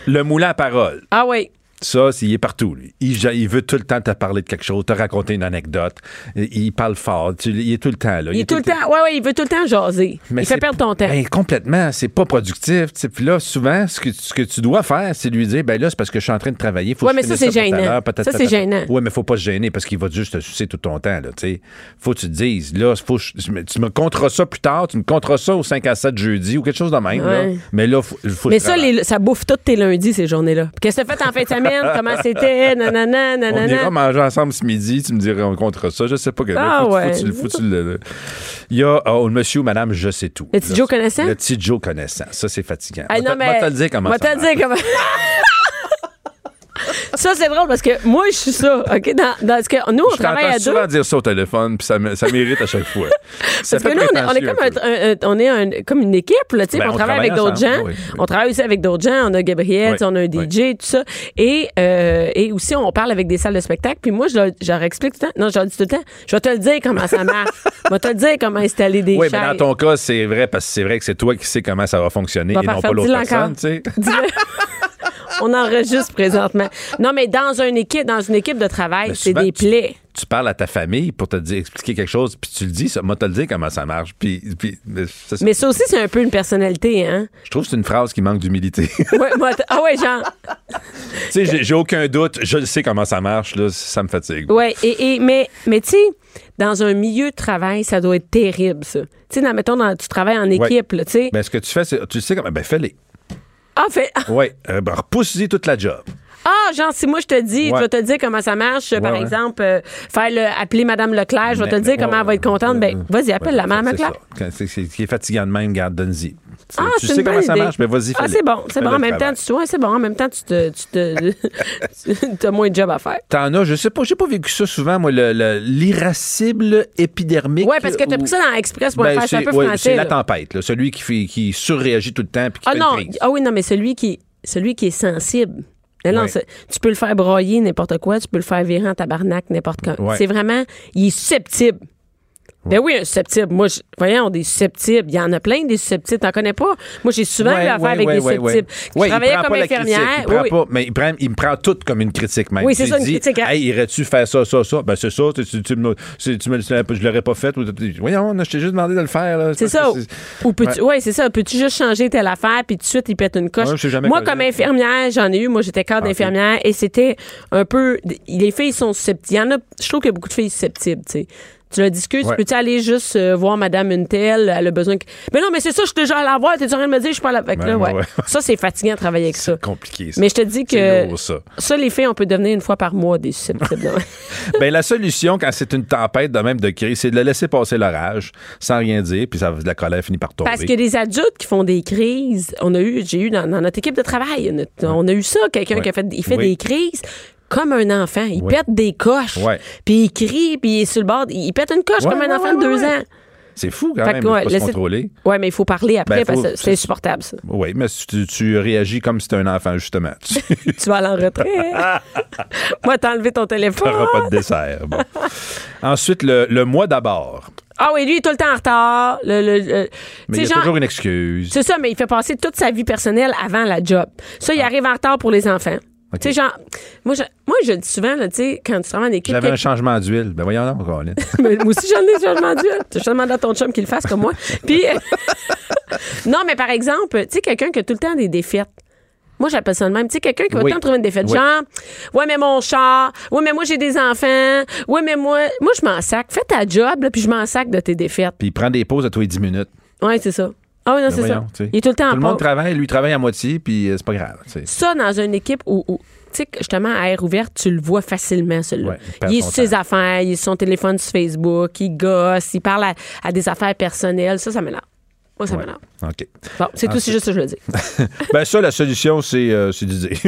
Speaker 5: Le moulin à parole.
Speaker 3: Ah oui.
Speaker 5: Ça, c'est- il est partout, lui. Il, ja- il veut tout le temps te parler de quelque chose, te raconter une anecdote. Il il parle fort. Tu- il est tout le temps là.
Speaker 3: Il est tout le temps. Ouais, ouais, il veut tout le temps jaser.
Speaker 5: Mais
Speaker 3: il fait
Speaker 5: c'est-
Speaker 3: perdre ton temps.
Speaker 5: Ben, complètement. C'est pas productif. tu sais. Puis là, souvent, ce que, tu- ce que tu dois faire, c'est lui dire ben là, c'est parce que je suis en train de travailler. Faut
Speaker 3: Ouais,
Speaker 5: que
Speaker 3: mais
Speaker 5: je
Speaker 3: ça,
Speaker 5: finisse
Speaker 3: c'est
Speaker 5: pour tout à
Speaker 3: gênant.
Speaker 5: l'heure, patata,
Speaker 3: Ça, c'est
Speaker 5: patata.
Speaker 3: gênant.
Speaker 5: Ouais, mais faut pas se gêner parce qu'il va juste te sucer tout ton temps. Là, tu sais. faut que tu te dises là, faut, que je- mais tu me compteras ça plus tard. Tu me compteras ça au 5 à 7 jeudi ou quelque chose de même. là.
Speaker 3: Ouais.
Speaker 5: Mais là, faut, faut que
Speaker 3: Mais
Speaker 5: je
Speaker 3: ça,
Speaker 5: travaille.
Speaker 3: les- ça bouffe tous tes lundis, ces journées-là. Qu'est-ce que t'as fait en fin de semaine? Comment c'était? Nanana,
Speaker 5: On
Speaker 3: nanana.
Speaker 5: ira manger ensemble ce midi, tu me dirais on contre ça, je sais pas que
Speaker 3: Ah
Speaker 5: faut, faut-
Speaker 3: ouais.
Speaker 5: faut- faut- faut- le- le- Il y a oh, le monsieur ou madame je sais tout.
Speaker 3: Le petit
Speaker 5: Là,
Speaker 3: Joe connaissant?
Speaker 5: Le petit Joe connaissant, ça c'est fatigant.
Speaker 3: Ah
Speaker 5: Moi,
Speaker 3: non,
Speaker 5: te-
Speaker 3: mais.
Speaker 5: moi, te le dire comment
Speaker 3: Moi, te
Speaker 5: ça
Speaker 3: le
Speaker 5: marche.
Speaker 3: dire comment. Ça, c'est drôle parce que moi, je suis ça. OK? Dans, dans ce que nous, on
Speaker 5: Je
Speaker 3: travaille
Speaker 5: t'entends
Speaker 3: à deux.
Speaker 5: souvent dire ça au téléphone, puis ça, me- ça mérite à chaque fois. Ça
Speaker 3: Parce que
Speaker 5: fait
Speaker 3: nous, on est, on est
Speaker 5: prétentieux
Speaker 3: comme,
Speaker 5: un
Speaker 3: un-
Speaker 5: peu.
Speaker 3: un- un- on est un- comme une équipe, là, tu sais,
Speaker 5: Ben,
Speaker 3: on,
Speaker 5: on
Speaker 3: travaille
Speaker 5: travaille
Speaker 3: avec d'autres
Speaker 5: ensemble,
Speaker 3: gens.
Speaker 5: oui, oui.
Speaker 3: On travaille aussi avec d'autres gens. On a Gabriel,
Speaker 5: Oui,
Speaker 3: tu sais, on a un
Speaker 5: oui.
Speaker 3: DJ, tout ça. Et, euh, et aussi, on parle avec des salles de spectacle. Puis moi, je leur, je leur explique tout le temps. Non, je leur dis tout le temps, je vais te le dire comment ça marche. je vais te le dire comment installer des
Speaker 5: Oui, mais
Speaker 3: chaises.
Speaker 5: dans ton cas, c'est vrai parce que c'est vrai que c'est toi qui sais comment ça va fonctionner
Speaker 3: Va
Speaker 5: et
Speaker 3: faire
Speaker 5: non
Speaker 3: faire-
Speaker 5: pas l'autre
Speaker 3: dis-le
Speaker 5: personne,
Speaker 3: encore.
Speaker 5: tu sais.
Speaker 3: Dis-le. On enregistre présentement. Non, mais dans une équipe, dans une équipe de travail,
Speaker 5: Mais
Speaker 3: c'est
Speaker 5: Ben, souvent,
Speaker 3: des
Speaker 5: tu-
Speaker 3: plaies.
Speaker 5: Tu parles à ta famille pour te dire, expliquer quelque chose, puis tu le dis, ça, moi, te le dire comment ça marche. Puis, puis- mais c'est ça.
Speaker 3: Mais ça aussi, c'est un peu une personnalité, hein?
Speaker 5: je trouve que c'est une phrase qui manque d'humilité. tu
Speaker 3: Ouais, moi, t- ah ouais, genre.
Speaker 5: sais, j'ai- j'ai aucun doute, je sais comment ça marche, là, ça me fatigue.
Speaker 3: Ouais, et, et- mais, mais tu sais, dans un milieu de travail, ça doit être terrible, ça. Tu sais, dans- mettons, dans- tu travailles en équipe, là, tu sais.
Speaker 5: Ben, ce que tu fais, c'est, tu sais comment, ben, fais-les.
Speaker 3: Ah, fait-
Speaker 5: Ouais, euh, ben, repousse-y toute la job.
Speaker 3: ah, genre, si moi je te dis,
Speaker 5: Ouais.
Speaker 3: je vais te dire comment ça marche, par
Speaker 5: ouais.
Speaker 3: exemple, euh, faire le, appeler Madame Leclerc, je vais te
Speaker 5: Mais-
Speaker 3: dire
Speaker 5: mais-
Speaker 3: comment elle va être contente, ben, vas-y, appelle la
Speaker 5: Ouais,
Speaker 3: Madame
Speaker 5: c'est
Speaker 3: Leclerc.
Speaker 5: ça. Quand C'est c'est- qui est fatigant de même, garde, donne-y. Tu-
Speaker 3: Ah,
Speaker 5: tu
Speaker 3: c'est
Speaker 5: sais
Speaker 3: une bonne
Speaker 5: comment ça
Speaker 3: idée.
Speaker 5: marche, mais vas-y,
Speaker 3: Ah,
Speaker 5: fais-le.
Speaker 3: c'est bon, c'est
Speaker 5: Fais
Speaker 3: bon.
Speaker 5: le
Speaker 3: En même temps,
Speaker 5: travail.
Speaker 3: tu ouais, c'est bon. En même temps, tu te, tu te, tu as moins de job à faire.
Speaker 5: T'en as, je sais pas, j'ai pas vécu ça souvent, moi, le- le- l'irascible épidermique.
Speaker 3: Ouais, parce que t'as
Speaker 5: ou-
Speaker 3: pris ça dans Express.fr,
Speaker 5: Ben,
Speaker 3: c'est un peu
Speaker 5: ouais,
Speaker 3: français.
Speaker 5: C'est la
Speaker 3: là.
Speaker 5: tempête, là, celui qui, fait, qui surréagit tout le temps puis qui
Speaker 3: ah
Speaker 5: fait
Speaker 3: non,
Speaker 5: une crise.
Speaker 3: ah oui, non, mais celui qui, celui qui est sensible. Non, non,
Speaker 5: Ouais.
Speaker 3: c'est- tu peux le faire broyer n'importe quoi, tu peux le faire virer en tabarnak n'importe quand.
Speaker 5: Ouais.
Speaker 3: C'est vraiment, il est susceptible. Ben oui, un susceptible. Moi, je, voyons, des susceptibles. Il y en a plein des susceptibles. T'en connais pas? Moi, j'ai souvent eu
Speaker 5: Ouais,
Speaker 3: affaire
Speaker 5: ouais,
Speaker 3: avec
Speaker 5: ouais,
Speaker 3: des
Speaker 5: ouais,
Speaker 3: susceptibles.
Speaker 5: ouais.
Speaker 3: Je
Speaker 5: Ouais, il
Speaker 3: travaillais
Speaker 5: prend
Speaker 3: comme
Speaker 5: pas la critique,
Speaker 3: infirmière.
Speaker 5: Il, prend
Speaker 3: Oui, oui.
Speaker 5: pas, mais il, prend, il me prend tout comme une critique même.
Speaker 3: Oui, c'est
Speaker 5: Tu
Speaker 3: ça, une
Speaker 5: dis,
Speaker 3: critique.
Speaker 5: Hey, irais-tu faire ça, ça, ça? Ben c'est ça, tu, tu, tu me, l'as- c'est- tu me l'as- je l'aurais pas fait. ou tu- Voyons, je t'ai juste demandé de le faire. là.
Speaker 3: C'est ça.
Speaker 5: parce
Speaker 3: ou-
Speaker 5: que
Speaker 3: Ou peux-tu, ouais. c'est ça. Peux-tu juste changer telle affaire, puis tout de suite, il pète une coche.
Speaker 5: Ouais, je sais jamais
Speaker 3: moi,
Speaker 5: quoi
Speaker 3: comme
Speaker 5: dire.
Speaker 3: infirmière, j'en ai eu. Moi, j'étais cadre
Speaker 5: Ah, ok.
Speaker 3: d'infirmière et c'était un peu. Les filles sont susceptibles. Il y en a, je trouve qu'il y a beaucoup de filles susceptibles, tu sais. Tu la discutes,
Speaker 5: Ouais.
Speaker 3: peux-tu aller juste euh, voir Madame une telle, elle a besoin que... Mais non, mais c'est ça, je suis déjà allée la voir, t'es en train de me dire, je suis pas à la... Fait que
Speaker 5: Ouais,
Speaker 3: là, ouais.
Speaker 5: ouais, ouais.
Speaker 3: Ça, c'est fatigant de travailler avec ça.
Speaker 5: C'est compliqué. ça.
Speaker 3: Mais je te dis
Speaker 5: C'est
Speaker 3: que...
Speaker 5: lourd, ça.
Speaker 3: les filles, on peut devenir une fois par mois des susceptibles. là.
Speaker 5: Ben, la solution, quand c'est une tempête de même de crise, c'est de le laisser passer l'orage sans rien dire, puis ça, la colère finit par tomber.
Speaker 3: Parce que des adultes qui font des crises, on a eu, j'ai eu dans, dans notre équipe de travail, notre- on a eu ça, quelqu'un
Speaker 5: Ouais.
Speaker 3: qui a fait, il fait
Speaker 5: Oui.
Speaker 3: des crises comme un enfant. Il
Speaker 5: Oui.
Speaker 3: pète des coches,
Speaker 5: Ouais.
Speaker 3: puis il crie, puis il est sur le bord, il pète une coche
Speaker 5: Ouais,
Speaker 3: comme
Speaker 5: ouais,
Speaker 3: un enfant
Speaker 5: ouais,
Speaker 3: de deux
Speaker 5: ouais.
Speaker 3: ans.
Speaker 5: C'est fou quand
Speaker 3: Fait
Speaker 5: même,
Speaker 3: que,
Speaker 5: de
Speaker 3: ouais,
Speaker 5: pas se
Speaker 3: laissez-
Speaker 5: contrôler.
Speaker 3: Ouais, mais il faut parler après
Speaker 5: Ben,
Speaker 3: parce
Speaker 5: faut-
Speaker 3: que c'est insupportable ça.
Speaker 5: Oui, mais tu, tu réagis comme si c'était un enfant, justement. Tu
Speaker 3: tu vas aller en retrait. Moi, t'as enlevé ton téléphone.
Speaker 5: n'auras pas de dessert. Bon. Ensuite, le, le moi d'abord.
Speaker 3: Ah oui, lui, il est tout le temps en retard. Le, le- le- tu
Speaker 5: Mais il y
Speaker 3: sais,
Speaker 5: a
Speaker 3: genre-
Speaker 5: toujours une excuse.
Speaker 3: C'est ça, mais il fait passer toute sa vie personnelle avant la job. Ça,
Speaker 5: Ah.
Speaker 3: il arrive en retard pour les enfants. Tu sais, genre, moi je, moi, je le dis souvent, là, tu sais, quand tu travailles en équipe.
Speaker 5: J'avais un
Speaker 3: quelque-
Speaker 5: changement d'huile. Ben voyons donc, Colin.
Speaker 3: Mais moi aussi, j'en ai, je demande Dieu. Je te demande à ton chum qu'il le fasse comme moi. Puis, non, mais par exemple, tu sais, quelqu'un qui a tout le temps des défaites. Moi, j'appelle ça le même. Tu sais, quelqu'un qui va tout
Speaker 5: Oui.
Speaker 3: le temps trouver une défaite.
Speaker 5: Oui.
Speaker 3: Genre, ouais, mais mon char. Ouais, mais moi, j'ai des enfants. Ouais, mais moi, moi, je m'en sac. Fais ta job, là, puis je m'en sac de tes défaites.
Speaker 5: Puis il prend des pauses à tous les 10 minutes.
Speaker 3: Ouais, c'est ça. Ah oui, non,
Speaker 5: Ben
Speaker 3: c'est ça.
Speaker 5: voyons, tu sais.
Speaker 3: Il est tout le temps en
Speaker 5: Tout le monde
Speaker 3: pause.
Speaker 5: travaille, lui travaille à moitié, puis euh, c'est pas grave. tu sais.
Speaker 3: ça dans une équipe où, où- tu sais, que, justement, à air ouvert, tu le vois facilement, celui-là.
Speaker 5: Ouais, il perd
Speaker 3: il est
Speaker 5: son
Speaker 3: sur ses
Speaker 5: temps.
Speaker 3: affaires, il est sur son téléphone sur Facebook, il gosse, il parle à, à des affaires personnelles. Ça, ça m'énerve. Moi, ça
Speaker 5: Ouais.
Speaker 3: m'énerve.
Speaker 5: OK.
Speaker 3: Bon, c'est tout, c'est juste ça que je le dis.
Speaker 5: Ben ça, la solution, c'est euh, c'est d'y dire.
Speaker 3: je